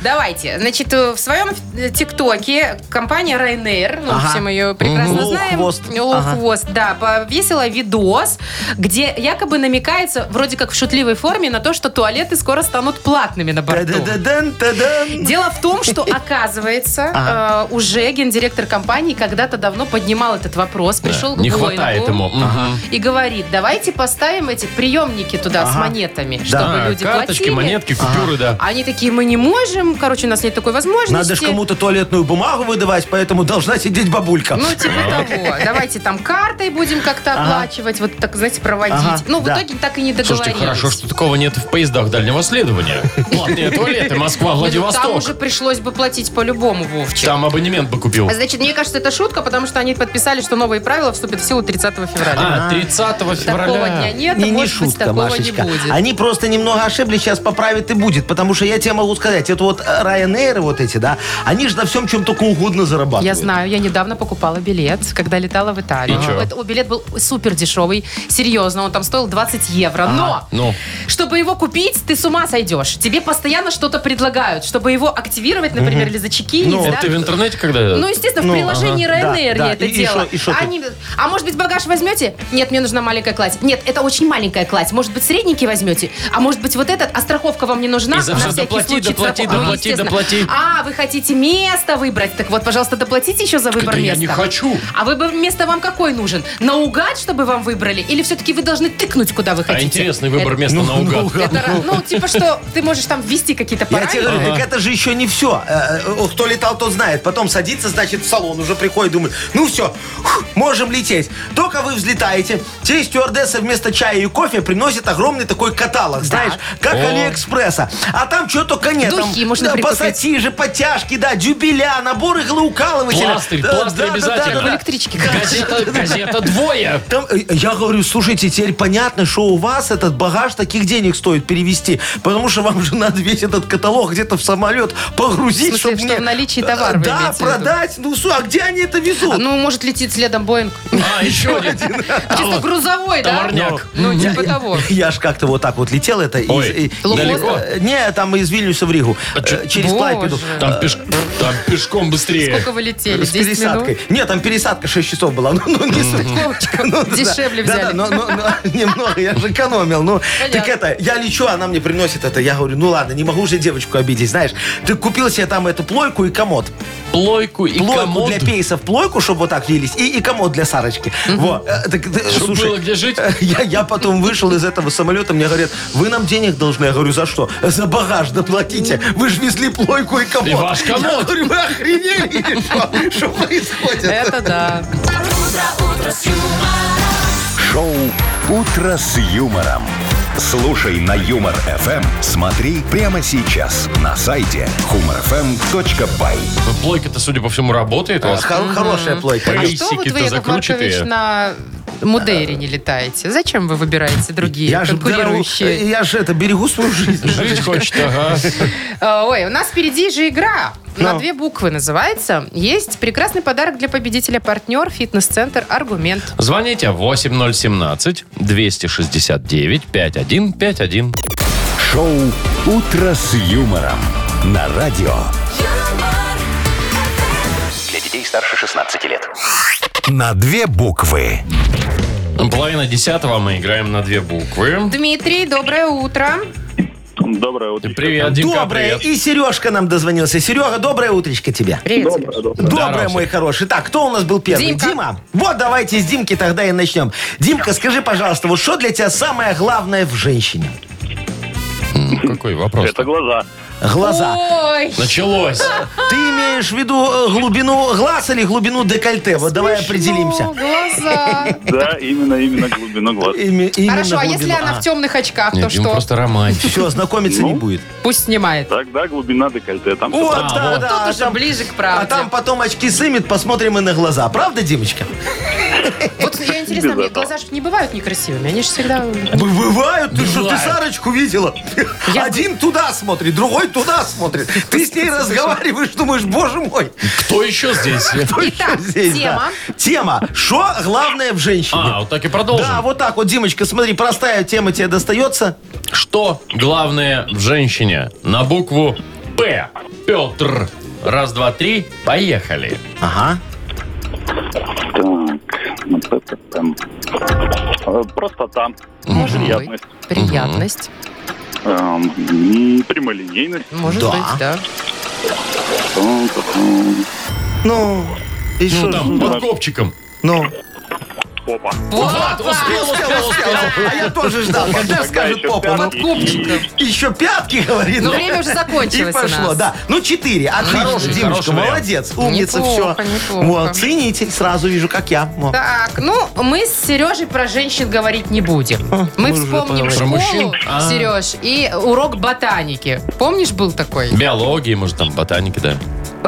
Speaker 3: Давайте. Значит, э, в своем э, ТикТоке компания Ryanair, ну,
Speaker 4: Ага.
Speaker 3: все мы ее прекрасно
Speaker 4: Мгм.
Speaker 3: знаем.
Speaker 4: Лоу-хвост. Ага.
Speaker 3: Лоу-хвост, да. Повесила видос, где якобы намекается, вроде как в шутливой форме, на то, что туалеты скоро станут платными на борту.
Speaker 4: Та-да-да-дан, та-дан.
Speaker 3: Дело в том, что, оказывается, э, уже гендиректор компании когда-то давно поднимал этот вопрос, пришел
Speaker 2: Не
Speaker 3: к Боингу
Speaker 2: хватает ему. Мгм.
Speaker 3: и говорит, давайте поставим эти приемники туда с монетами, чтобы
Speaker 2: А,
Speaker 3: люди
Speaker 2: Карточки,
Speaker 3: платили.
Speaker 2: монетки, купюры, да.
Speaker 3: Они такие, мы не можем, короче, у нас нет такой возможности.
Speaker 4: Надо же кому-то туалетную бумагу выдавать, поэтому должна сидеть бабулька.
Speaker 3: Ну, типа того. Давайте там картой будем как-то оплачивать, вот так, знаете, проводить.
Speaker 4: Ага,
Speaker 3: ну, в
Speaker 4: да.
Speaker 3: итоге так и не договорились.
Speaker 2: Слушайте, хорошо, что такого нет в поездах дальнего следования. Платные туалеты, Москва,
Speaker 3: Не, ну, Там
Speaker 2: Владивосток.
Speaker 3: уже пришлось бы платить по-любому, Вовчик.
Speaker 2: Там абонемент бы купил.
Speaker 3: А, Значит, мне кажется, это шутка, потому что они подписали, что новые правила вступят в силу 30 февраля.
Speaker 2: А, 30 февраля.
Speaker 3: Такого дня нет,
Speaker 4: Не, не
Speaker 3: может быть,
Speaker 4: шутка,
Speaker 3: такого
Speaker 4: Машечка.
Speaker 3: не будет.
Speaker 4: Они просто немного ошиблись, сейчас поправят и будет. Потому что я тебе могу сказать, это вот э, Ryanair вот эти, да, они же на всем, чем только угодно зарабатывают.
Speaker 3: Я знаю, я недавно покупала билет, когда летала в Италию.
Speaker 2: И чё?
Speaker 3: Это- о, билет был супер дешевый, серьезно, он там стоил 20 евро. Но,
Speaker 2: ну.
Speaker 3: чтобы его купить, ты с ума сойдешь. Тебе постоянно что-то предлагают, чтобы его активировать, например, или зачекинить.
Speaker 2: Ну,
Speaker 3: да?
Speaker 2: это в интернете когда? А
Speaker 3: Ну, естественно, в
Speaker 4: Ну,
Speaker 3: приложении
Speaker 4: ага, да,
Speaker 3: Ryanair
Speaker 4: да.
Speaker 3: я это
Speaker 4: И- и
Speaker 3: делала.
Speaker 4: шо- и шо
Speaker 3: Они- А может быть, багаж возьмете? Нет, мне нужна маленькая кладь. Нет, это очень маленькая кладь. Может быть, средненький возьмете? А может быть, вот этот? А страховка вам не нужна?
Speaker 2: И за
Speaker 3: На
Speaker 2: всё
Speaker 3: всякий
Speaker 2: доплати,
Speaker 3: случай
Speaker 2: доплати,
Speaker 3: страховка. Ну,
Speaker 2: доплати,
Speaker 3: естественно.
Speaker 2: доплати.
Speaker 3: А, вы хотите место выбрать? Так вот, пожалуйста, доплатите еще за выбор
Speaker 2: Да я
Speaker 3: места.
Speaker 2: не хочу.
Speaker 3: А выбор места вам какой нужен? Наугад, чтобы вам выбрали? Или все-таки вы должны тыкнуть, куда вы
Speaker 2: А
Speaker 3: хотите?
Speaker 2: интересный выбор места
Speaker 4: Ну,
Speaker 2: наугад.
Speaker 4: наугад.
Speaker 3: Это ра- ну, типа, что ты можешь там ввести какие-то
Speaker 4: Я тебе
Speaker 3: параметры.
Speaker 4: говорю, так это же еще не все. Кто летал, тот знает. Потом садится, значит, в салон уже приходит, думает, ну все, можем лететь. Только вы взлетаете, те стюардессы вместо чая и кофе приносят огромный такой каталог, знаешь, как
Speaker 2: О.
Speaker 4: Алиэкспресса. А там что только нет. там,
Speaker 3: Духи можно
Speaker 4: да,
Speaker 3: прикупить.
Speaker 4: пассатижи, подтяжки, да, дюбеля, наборы иглоукалывателя.
Speaker 2: Пластырь,
Speaker 4: Да,
Speaker 2: пластырь
Speaker 4: да, да,
Speaker 2: обязательно.
Speaker 4: да, да.
Speaker 3: Электрички,
Speaker 2: Газета, газета двое.
Speaker 4: Там, э, я говорю, слушайте, теперь понятно, что у вас этот багаж таких денег стоит перевести, потому что вам же надо весь этот каталог где-то в самолет погрузить,
Speaker 3: В смысле,
Speaker 4: чтобы
Speaker 3: что
Speaker 4: мне... э,
Speaker 3: в наличии товар, вы
Speaker 4: Да,
Speaker 3: имеете в виду?
Speaker 4: продать. Ну, слушай, а где они это везут?
Speaker 3: Ну, может, летит следом Боинг.
Speaker 4: Ну,
Speaker 2: А, еще один.
Speaker 3: Чисто грузовой, да?
Speaker 2: Товарняк.
Speaker 3: Ну,
Speaker 4: Я-
Speaker 3: типа
Speaker 4: я-
Speaker 3: того.
Speaker 4: Я ж как-то вот так вот летел это из-
Speaker 2: Ой,
Speaker 4: и-
Speaker 2: далеко?
Speaker 4: э, Не, там из Вильнюса в Ригу. э,
Speaker 2: чё-
Speaker 4: Через
Speaker 3: Боже.
Speaker 4: Клайпеду.
Speaker 2: Там, пеш- там пешком быстрее.
Speaker 3: Сколько вы летели?
Speaker 4: С
Speaker 3: 10
Speaker 4: пересадкой.
Speaker 3: минут?
Speaker 4: Нет, там пересадка 6 часов была. Ну, ну, не суть.
Speaker 3: Вовчика,
Speaker 4: Ну, да.
Speaker 3: Дешевле
Speaker 4: Да-да,
Speaker 3: взяли.
Speaker 4: но- но- но Немного, я же экономил. Ну,
Speaker 3: Понятно.
Speaker 4: так это, я лечу, она мне приносит это. Я говорю, ну ладно, не могу же девочку обидеть, знаешь. Ты купил себе там эту плойку и комод.
Speaker 2: Плойку и
Speaker 4: Плойку
Speaker 2: комод.
Speaker 4: для пейсов, плойку, чтобы вот так велись, и, и комод для Сарочки. Вот. Э, так, э,
Speaker 2: Чтоб
Speaker 4: слушай,
Speaker 2: было где жить.
Speaker 4: э, Я, я потом вышел из этого самолета, мне говорят, вы нам денег должны. Я говорю, за что? За багаж доплатите. Вы же везли плойку и комод.
Speaker 2: И ваш комод.
Speaker 4: Я говорю, вы охренели? или что? Что происходит?
Speaker 3: Это да.
Speaker 1: Шоу «Утро с юмором». Слушай на Юмор ФМ. Смотри прямо сейчас на сайте humorfm.by.
Speaker 2: Ну, Плойка-то, судя по всему, работает у вас.
Speaker 4: Э, Хор- Хорошая плойка.
Speaker 3: А что вот
Speaker 2: Пейсики-то
Speaker 3: вы, Яков Маркович,
Speaker 2: закручатые.
Speaker 3: на Мудейре не летаете? Зачем вы выбираете другие
Speaker 4: Я же,
Speaker 3: конкурирующие?
Speaker 4: дорогу- я же это берегу свою жизнь.
Speaker 2: Жить хочет, ага.
Speaker 3: А, Ой, у нас впереди же игра.
Speaker 4: Ну.
Speaker 3: На две буквы называется. Есть прекрасный подарок для победителя партнер фитнес-центр «Аргумент».
Speaker 2: Звоните 8017-269-5151.
Speaker 1: Шоу «Утро с юмором» на радио.
Speaker 6: Для детей старше 16 лет.
Speaker 1: На две буквы.
Speaker 2: Ну, Половина десятого мы играем на две буквы.
Speaker 3: Дмитрий, доброе утро.
Speaker 9: Доброе утро.
Speaker 2: Привет, Димка,
Speaker 4: Доброе.
Speaker 2: привет.
Speaker 4: И Сережка нам дозвонился. Серега, доброе утречко тебе.
Speaker 3: Привет. Сереж.
Speaker 4: Доброе,
Speaker 2: Здорово,
Speaker 4: мой хороший. Так, кто у нас был первый?
Speaker 3: Димка.
Speaker 4: Дима. Вот давайте с Димки тогда и начнем. Димка, скажи, пожалуйста, вот что для тебя самое главное в женщине?
Speaker 2: Какой вопрос?
Speaker 9: Это глаза.
Speaker 4: Глаза.
Speaker 3: Ой,
Speaker 2: Началось.
Speaker 4: Ты имеешь в виду э, глубину глаз или глубину декольте? Вот давай определимся.
Speaker 3: ну, глаза.
Speaker 9: Да, именно, именно глубина глаз.
Speaker 4: Ими- именно
Speaker 3: Хорошо, а если
Speaker 4: глубину.
Speaker 3: она
Speaker 4: А.
Speaker 3: в темных очках, то
Speaker 2: Нет, Дима
Speaker 3: что?
Speaker 2: просто романтик.
Speaker 4: Все, знакомиться не
Speaker 9: Ну?
Speaker 4: будет.
Speaker 3: Пусть снимает.
Speaker 9: Тогда глубина декольте. Там
Speaker 4: Вот,
Speaker 9: всё-
Speaker 2: А,
Speaker 4: да,
Speaker 2: вот.
Speaker 4: да.
Speaker 3: Тут
Speaker 4: а
Speaker 3: уже
Speaker 4: там-
Speaker 3: ближе к
Speaker 4: А
Speaker 3: правде.
Speaker 4: там потом очки сымет, посмотрим и на глаза. Правда, Димочка?
Speaker 3: Вот я интересно, мне
Speaker 9: Без этого.
Speaker 3: глаза же не бывают некрасивыми. Они же всегда...
Speaker 4: Б- Бывают, ты что, ты
Speaker 2: Бывает.
Speaker 4: Сарочку видела?
Speaker 3: Я-
Speaker 4: Один туда смотрит, другой туда смотрит. Ты с ней разговариваешь, думаешь, боже мой.
Speaker 2: Кто еще здесь?
Speaker 4: кто
Speaker 3: Итак,
Speaker 4: еще здесь,
Speaker 3: тема.
Speaker 4: да? Тема. Что главное в женщине?
Speaker 2: А, вот так и продолжим.
Speaker 4: Да, вот так вот, Димочка, смотри, простая тема тебе достается.
Speaker 2: Что главное в женщине? На букву П. Петр. Раз, два, три. Поехали.
Speaker 4: Ага.
Speaker 9: Так, ну, это там. Э, Просто там.
Speaker 3: Может быть.
Speaker 9: Приятность.
Speaker 3: Приятность.
Speaker 9: Эм, м, Прямолинейность.
Speaker 3: Может
Speaker 4: Да.
Speaker 3: быть, да.
Speaker 9: Эм, эм,
Speaker 4: Ну, и
Speaker 2: Ну,
Speaker 4: что ж,
Speaker 2: там, под копчиком.
Speaker 4: Ну,
Speaker 9: Попа.
Speaker 2: Вот, успел, успел, успел.
Speaker 4: а я тоже ждал, когда
Speaker 9: Пока
Speaker 4: скажет
Speaker 9: еще
Speaker 4: попа. Ну,
Speaker 9: пятки
Speaker 3: копчиком.
Speaker 9: и-
Speaker 4: Еще пятки, говорит.
Speaker 3: Но Ну, время уже
Speaker 4: И
Speaker 3: закончилось у
Speaker 4: пошло,
Speaker 3: нас.
Speaker 4: да. Ну, четыре. Отлично,
Speaker 2: Хороший,
Speaker 4: Димочка,
Speaker 2: хороший вариант.
Speaker 4: молодец. Умница, все.
Speaker 3: Неплохо, неплохо.
Speaker 4: Вот, ценитель, сразу вижу, как я. Во.
Speaker 3: Так, ну, мы с Сережей про женщин говорить не будем. Мы вспомним
Speaker 2: поговорили. Про
Speaker 3: школу,
Speaker 2: мужчин? А.
Speaker 3: Сереж, и урок ботаники. Помнишь, был такой?
Speaker 2: Биологии, может, там, ботаники, да.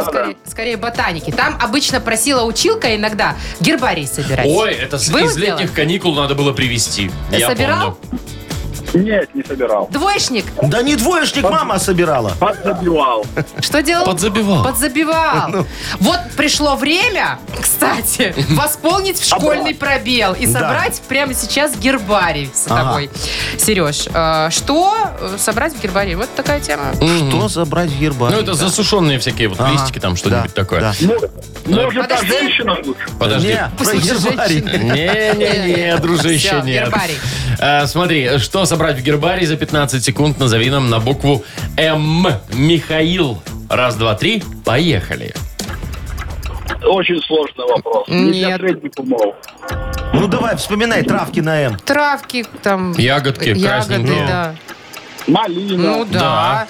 Speaker 3: Скорее, скорее ботаники. Там обычно просила училка иногда гербарий собирать.
Speaker 2: Ой, это с-
Speaker 3: Было
Speaker 2: из
Speaker 3: дело?
Speaker 2: летних каникул надо было привезти.
Speaker 3: Ты
Speaker 2: Я
Speaker 3: собирал?
Speaker 2: помню.
Speaker 9: Нет, не собирал.
Speaker 3: Двоечник,
Speaker 4: Да не двоечник мама собирала.
Speaker 9: Подзабивал.
Speaker 3: что делал?
Speaker 2: Подзабивал.
Speaker 3: Подзабивал. Вот пришло время, кстати, восполнить в школьный пробел и
Speaker 4: Да.
Speaker 3: собрать прямо сейчас гербарий с
Speaker 4: Ага.
Speaker 3: тобой. Сереж, э, что э, собрать в гербарии? Вот такая тема.
Speaker 2: Мгм.
Speaker 4: Что забрать в
Speaker 2: Ну,
Speaker 4: гербарий?
Speaker 2: это засушенные всякие вот
Speaker 4: Ага,
Speaker 2: листики, там что-нибудь
Speaker 4: да,
Speaker 2: такое.
Speaker 4: да.
Speaker 9: Может, а
Speaker 3: Подожди.
Speaker 9: женщина лучше?
Speaker 2: Подожди.
Speaker 4: Не, про
Speaker 3: Пусть
Speaker 4: гербарий.
Speaker 3: женщины.
Speaker 2: Не-не-не, дружище,
Speaker 3: Всё,
Speaker 2: нет.
Speaker 3: гербарий.
Speaker 2: А, Смотри, что собрать в гербарии за 15 секунд? Назови нам на букву М. Михаил. Раз, два, три. Поехали.
Speaker 9: Очень сложный вопрос.
Speaker 3: Нет.
Speaker 9: Нельзя средний помол.
Speaker 4: Ну, давай, вспоминай травки на М.
Speaker 3: Травки там.
Speaker 2: Ягодки
Speaker 3: Ягоды,
Speaker 2: красненькие.
Speaker 3: да. Ну
Speaker 8: ну.
Speaker 9: Малина,
Speaker 3: да.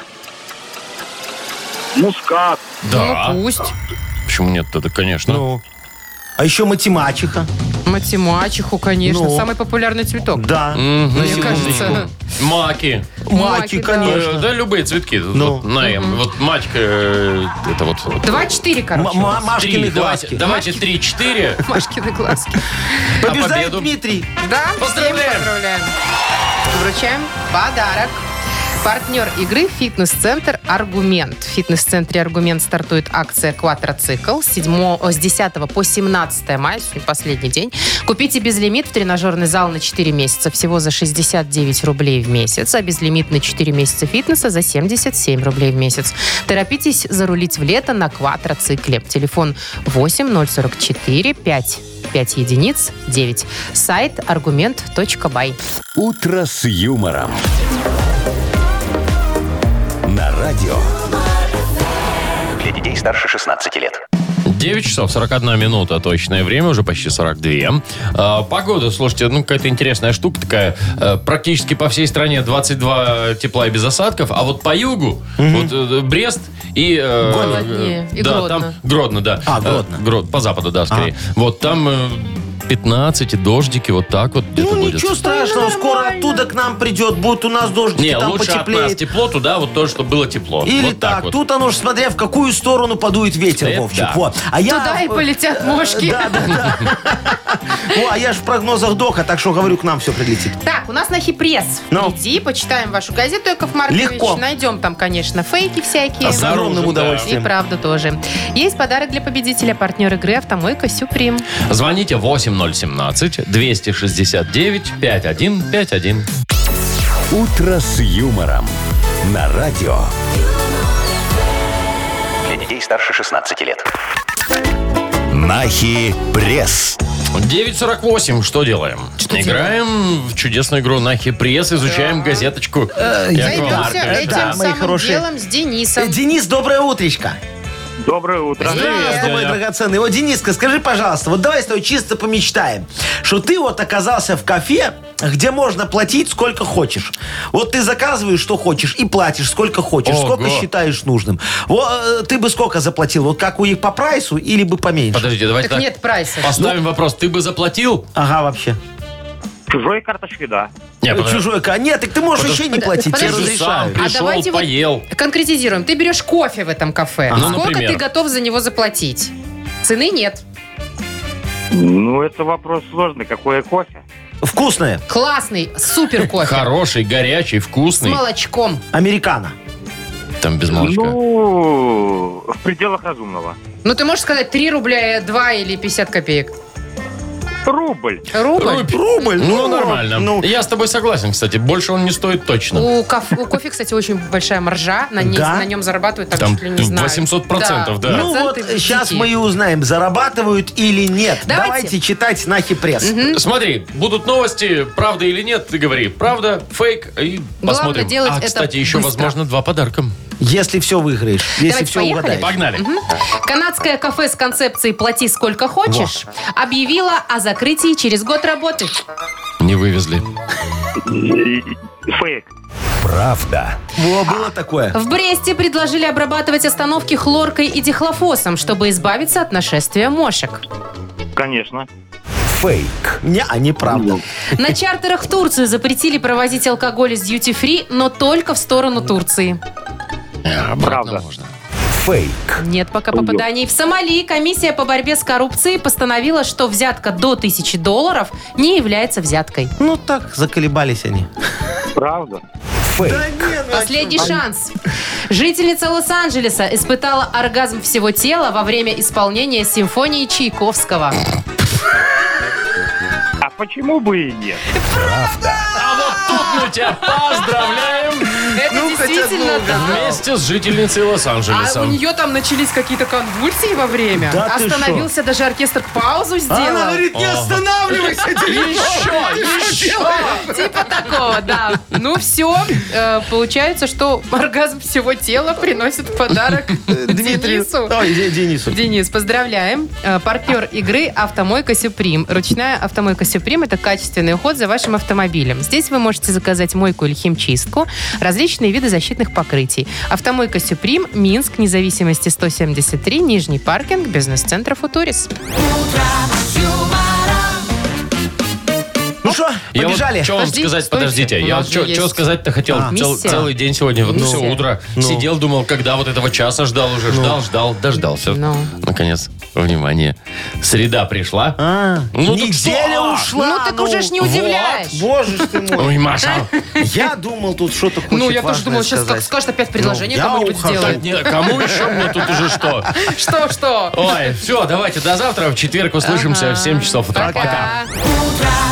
Speaker 9: мускат.
Speaker 2: Да.
Speaker 3: Ну пусть.
Speaker 2: Ну. Почему нет-то? Да, конечно.
Speaker 4: Ну. А еще математика.
Speaker 3: Математику, конечно.
Speaker 4: Ну.
Speaker 3: Самый популярный цветок.
Speaker 4: Да.
Speaker 2: Мгм.
Speaker 3: Мне кажется.
Speaker 2: Маки.
Speaker 3: Маки, да.
Speaker 2: Э, Да, любые цветки.
Speaker 4: Ну.
Speaker 2: Вот, на им. Вот мачка, э, это вот. вот.
Speaker 3: 2-4,
Speaker 4: М-
Speaker 3: короче.
Speaker 4: ма- Машкины
Speaker 2: А Три.
Speaker 4: глазки.
Speaker 2: Давайте, давайте 3-4.
Speaker 3: Машкины глазки.
Speaker 4: Побеждает
Speaker 2: победу?
Speaker 4: Дмитрий.
Speaker 3: Да, всем
Speaker 2: Поздравляем.
Speaker 3: поздравляем. Вручаем подарок. Партнер игры «Фитнес-центр Аргумент». В фитнес-центре «Аргумент» стартует акция «Квадроцикл» с, 7, с 10 по 17 мая, сегодня последний день. Купите безлимит в тренажерный зал на 4 месяца всего за 69 рублей в месяц, а безлимит на 4 месяца фитнеса за 77 рублей в месяц. Торопитесь зарулить в лето на квадроцикле. Телефон 8044 5 5 единиц 9. Сайт аргумент.бай.
Speaker 1: «Утро с юмором». На радио.
Speaker 6: Для детей старше 16 лет.
Speaker 2: 9 часов 41 минута точное время, уже почти 42. А, погода, слушайте, ну какая-то интересная штука такая. Э, практически по всей стране 22 тепла и без осадков, а вот по югу, вот э, Брест и... э,
Speaker 3: Холоднее. И
Speaker 2: да,
Speaker 3: Гродно.
Speaker 2: там Гродно, да.
Speaker 4: А,
Speaker 2: Э,
Speaker 4: Гродно. А.
Speaker 2: Грод, по западу, да, скорее. Вот там э, 15 и дождики, вот так вот где-то
Speaker 4: Ну,
Speaker 2: будет.
Speaker 4: ничего страшного, скоро оттуда к нам придет, будет у нас дождики,
Speaker 2: Не,
Speaker 4: там
Speaker 2: лучше от нас
Speaker 4: потеплеет.
Speaker 2: тепло туда, вот то, что было тепло.
Speaker 4: Или
Speaker 2: Вот
Speaker 4: так,
Speaker 2: вот.
Speaker 4: тут оно же смотря в какую сторону подует ветер,
Speaker 2: Это
Speaker 4: Вовчик.
Speaker 2: да.
Speaker 4: Вот. А я... э,
Speaker 3: Туда и полетят мошки.
Speaker 4: Да, да, да. О, а я же в прогнозах Дока, так что говорю, к нам все прилетит.
Speaker 3: Так, у нас на хипресс
Speaker 4: Ну.
Speaker 3: впереди. Почитаем вашу газету, Яков Маркович.
Speaker 4: Легко.
Speaker 3: Найдем там, конечно, фейки всякие.
Speaker 4: С огромным
Speaker 2: да.
Speaker 3: И
Speaker 4: удовольствием.
Speaker 3: правда тоже. Есть подарок для победителя, партнер игры «Автомойка Сюприм».
Speaker 2: Звоните 8017-269-5151.
Speaker 1: «Утро с юмором». На радио.
Speaker 6: Для детей старше 16 лет.
Speaker 1: Нахи пресс.
Speaker 2: 9.48. Что делаем? Играем в чудесную игру на пресс, изучаем газеточку.
Speaker 3: Э,
Speaker 2: Якова
Speaker 3: Займемся
Speaker 2: Марковича.
Speaker 3: этим
Speaker 4: да, мои
Speaker 3: самым
Speaker 4: хорошие.
Speaker 3: делом с
Speaker 4: Э,
Speaker 3: Денисом.
Speaker 4: Денис, доброе утречко.
Speaker 9: Доброе утро.
Speaker 4: Здравствуй, мой драгоценный. Вот, Дениска, скажи, пожалуйста, вот давай с тобой чисто помечтаем, что ты вот оказался в кафе, где можно платить сколько хочешь. Вот ты заказываешь, что хочешь, и платишь сколько хочешь,
Speaker 2: Ого.
Speaker 4: сколько считаешь нужным. Вот э, ты бы сколько заплатил? Вот как у них по прайсу или бы поменьше?
Speaker 2: Подожди, давайте
Speaker 3: Так
Speaker 2: так.
Speaker 3: нет Ну. прайса.
Speaker 2: Поставим вопрос. Ты бы заплатил?
Speaker 4: Ага, вообще.
Speaker 9: Чужой карточки, да.
Speaker 2: Нет,
Speaker 4: Э, Чужой ка- Нет, так ты можешь
Speaker 2: Подожди.
Speaker 4: еще не платить, тебе
Speaker 3: Ну, Подожди.
Speaker 2: Ты же сам
Speaker 4: разрешают.
Speaker 3: А
Speaker 2: пришел,
Speaker 3: давайте вот-
Speaker 2: поел.
Speaker 3: Конкретизируем. Ты берешь кофе в этом кафе.
Speaker 2: Ага. Ну,
Speaker 3: Сколько
Speaker 2: например.
Speaker 3: ты готов за него заплатить? Цены нет.
Speaker 9: Ну, это вопрос сложный. Какое кофе?
Speaker 4: Вкусное.
Speaker 3: Классный, супер кофе.
Speaker 2: Хороший, горячий,
Speaker 3: С
Speaker 2: вкусный.
Speaker 3: молочком.
Speaker 4: Американо.
Speaker 2: Там без молочка.
Speaker 9: Ну, в пределах разумного.
Speaker 3: Ну, ты можешь сказать 3 рубля, 2 или 50 копеек.
Speaker 9: Рубль.
Speaker 3: Рубль?
Speaker 2: Рубь.
Speaker 4: Рубль.
Speaker 2: Ну, нормально.
Speaker 4: ну.
Speaker 2: Я с тобой согласен, кстати. Больше он не стоит точно.
Speaker 3: У, каф- у кофе, кстати, очень большая маржа. На, ней-
Speaker 4: Да?
Speaker 3: на нем зарабатывают там,
Speaker 2: Там
Speaker 3: чуть ли не знаю.
Speaker 2: 800%, да.
Speaker 4: Ну вот,
Speaker 3: Проценты
Speaker 4: сейчас
Speaker 3: дикие.
Speaker 4: мы и узнаем, зарабатывают или нет.
Speaker 3: Давайте.
Speaker 4: Давайте, читать нахи пресс.
Speaker 2: Смотри, будут новости, правда или нет, ты говори. Правда, фейк, и посмотрим.
Speaker 3: делать
Speaker 2: а,
Speaker 3: это
Speaker 2: кстати, еще,
Speaker 3: быстро.
Speaker 2: возможно, два подарка.
Speaker 4: Если все выиграешь, если
Speaker 3: Давайте
Speaker 4: все
Speaker 3: поехали.
Speaker 4: угадаешь.
Speaker 2: Погнали.
Speaker 3: Канадское кафе с концепцией «Плати сколько хочешь» объявило о закрытии через год работы.
Speaker 2: Не вывезли.
Speaker 9: И- и- Фейк.
Speaker 1: Правда.
Speaker 4: Во, было такое.
Speaker 3: В Бресте предложили обрабатывать остановки хлоркой и дихлофосом, чтобы избавиться от нашествия мошек.
Speaker 9: Конечно.
Speaker 1: Фейк.
Speaker 4: Не, а неправда.
Speaker 3: На чартерах в Турцию запретили провозить алкоголь из дьюти-фри, но только в сторону Турции.
Speaker 9: Правда.
Speaker 1: Фейк.
Speaker 3: Нет пока попаданий. В Сомали комиссия по борьбе с коррупцией постановила, что взятка до 1000 долларов не является взяткой.
Speaker 4: Ну так, заколебались они.
Speaker 9: Правда.
Speaker 1: Фейк.
Speaker 3: Последний шанс. Жительница Лос-Анджелеса испытала оргазм всего тела во время исполнения симфонии Чайковского.
Speaker 9: А почему бы и нет?
Speaker 2: А вот тут мы тебя поздравляем
Speaker 4: Ну,
Speaker 3: Это действительно да.
Speaker 2: вместе с жительницей
Speaker 3: А у
Speaker 2: Лос-Анджелеса.
Speaker 3: нее там начались какие-то конвульсии во время.
Speaker 4: Да ты
Speaker 3: Остановился даже оркестр паузу
Speaker 4: Она
Speaker 3: сделал.
Speaker 4: говорит, не останавливайся,
Speaker 2: Еще, еще.
Speaker 3: Типа такого, да. Ну все, э, получается, что оргазм всего тела приносит в подарок
Speaker 4: Дмитрий.
Speaker 3: Денису.
Speaker 4: Ой, Де- Денису.
Speaker 3: Денис, поздравляем. Э, Партнер игры «Автомойка Сюприм». Ручная «Автомойка Сюприм» — это качественный уход за вашим автомобилем. Здесь вы можете заказать мойку или химчистку, различные виды защитных покрытий. «Автомойка Сюприм», Минск, независимости 173, Нижний паркинг, бизнес-центр «Футурис».
Speaker 11: юмором,
Speaker 4: шо,
Speaker 2: я вот
Speaker 4: Ну побежали?
Speaker 2: что вам
Speaker 3: Подожди,
Speaker 2: сказать,
Speaker 3: стойте,
Speaker 2: подождите.
Speaker 3: у
Speaker 2: Я
Speaker 3: нас
Speaker 2: вот
Speaker 3: же
Speaker 2: что
Speaker 3: есть-
Speaker 2: сказать-то хотел
Speaker 3: А.
Speaker 2: цел-
Speaker 3: Миссия.
Speaker 2: целый день сегодня, вот все
Speaker 3: Миссия.
Speaker 2: утро. Сидел, думал, когда вот этого часа ждал уже, ждал, ждал, дождался.
Speaker 3: Ну.
Speaker 2: Наконец, внимание. Среда пришла.
Speaker 4: А,
Speaker 2: Ну, так
Speaker 4: неделя
Speaker 2: что?
Speaker 4: ушла.
Speaker 3: Ну, так уже ж не удивляешь.
Speaker 5: Боже ж ты мой.
Speaker 2: Ой, Маша.
Speaker 4: Я думал, тут что-то хочет
Speaker 3: Ну, я тоже
Speaker 4: важное
Speaker 3: думала, сейчас как
Speaker 4: сказать. Ну,
Speaker 3: скажет, опять предложение
Speaker 4: я
Speaker 3: кому-нибудь
Speaker 4: ухожу.
Speaker 2: Так,
Speaker 3: сделает.
Speaker 2: не, кому еще мне тут уже что?
Speaker 3: Что, что?
Speaker 2: Ой, все, давайте до завтра. В четверг услышимся в 7 часов утра. Пока.
Speaker 3: Пока.
Speaker 11: Утро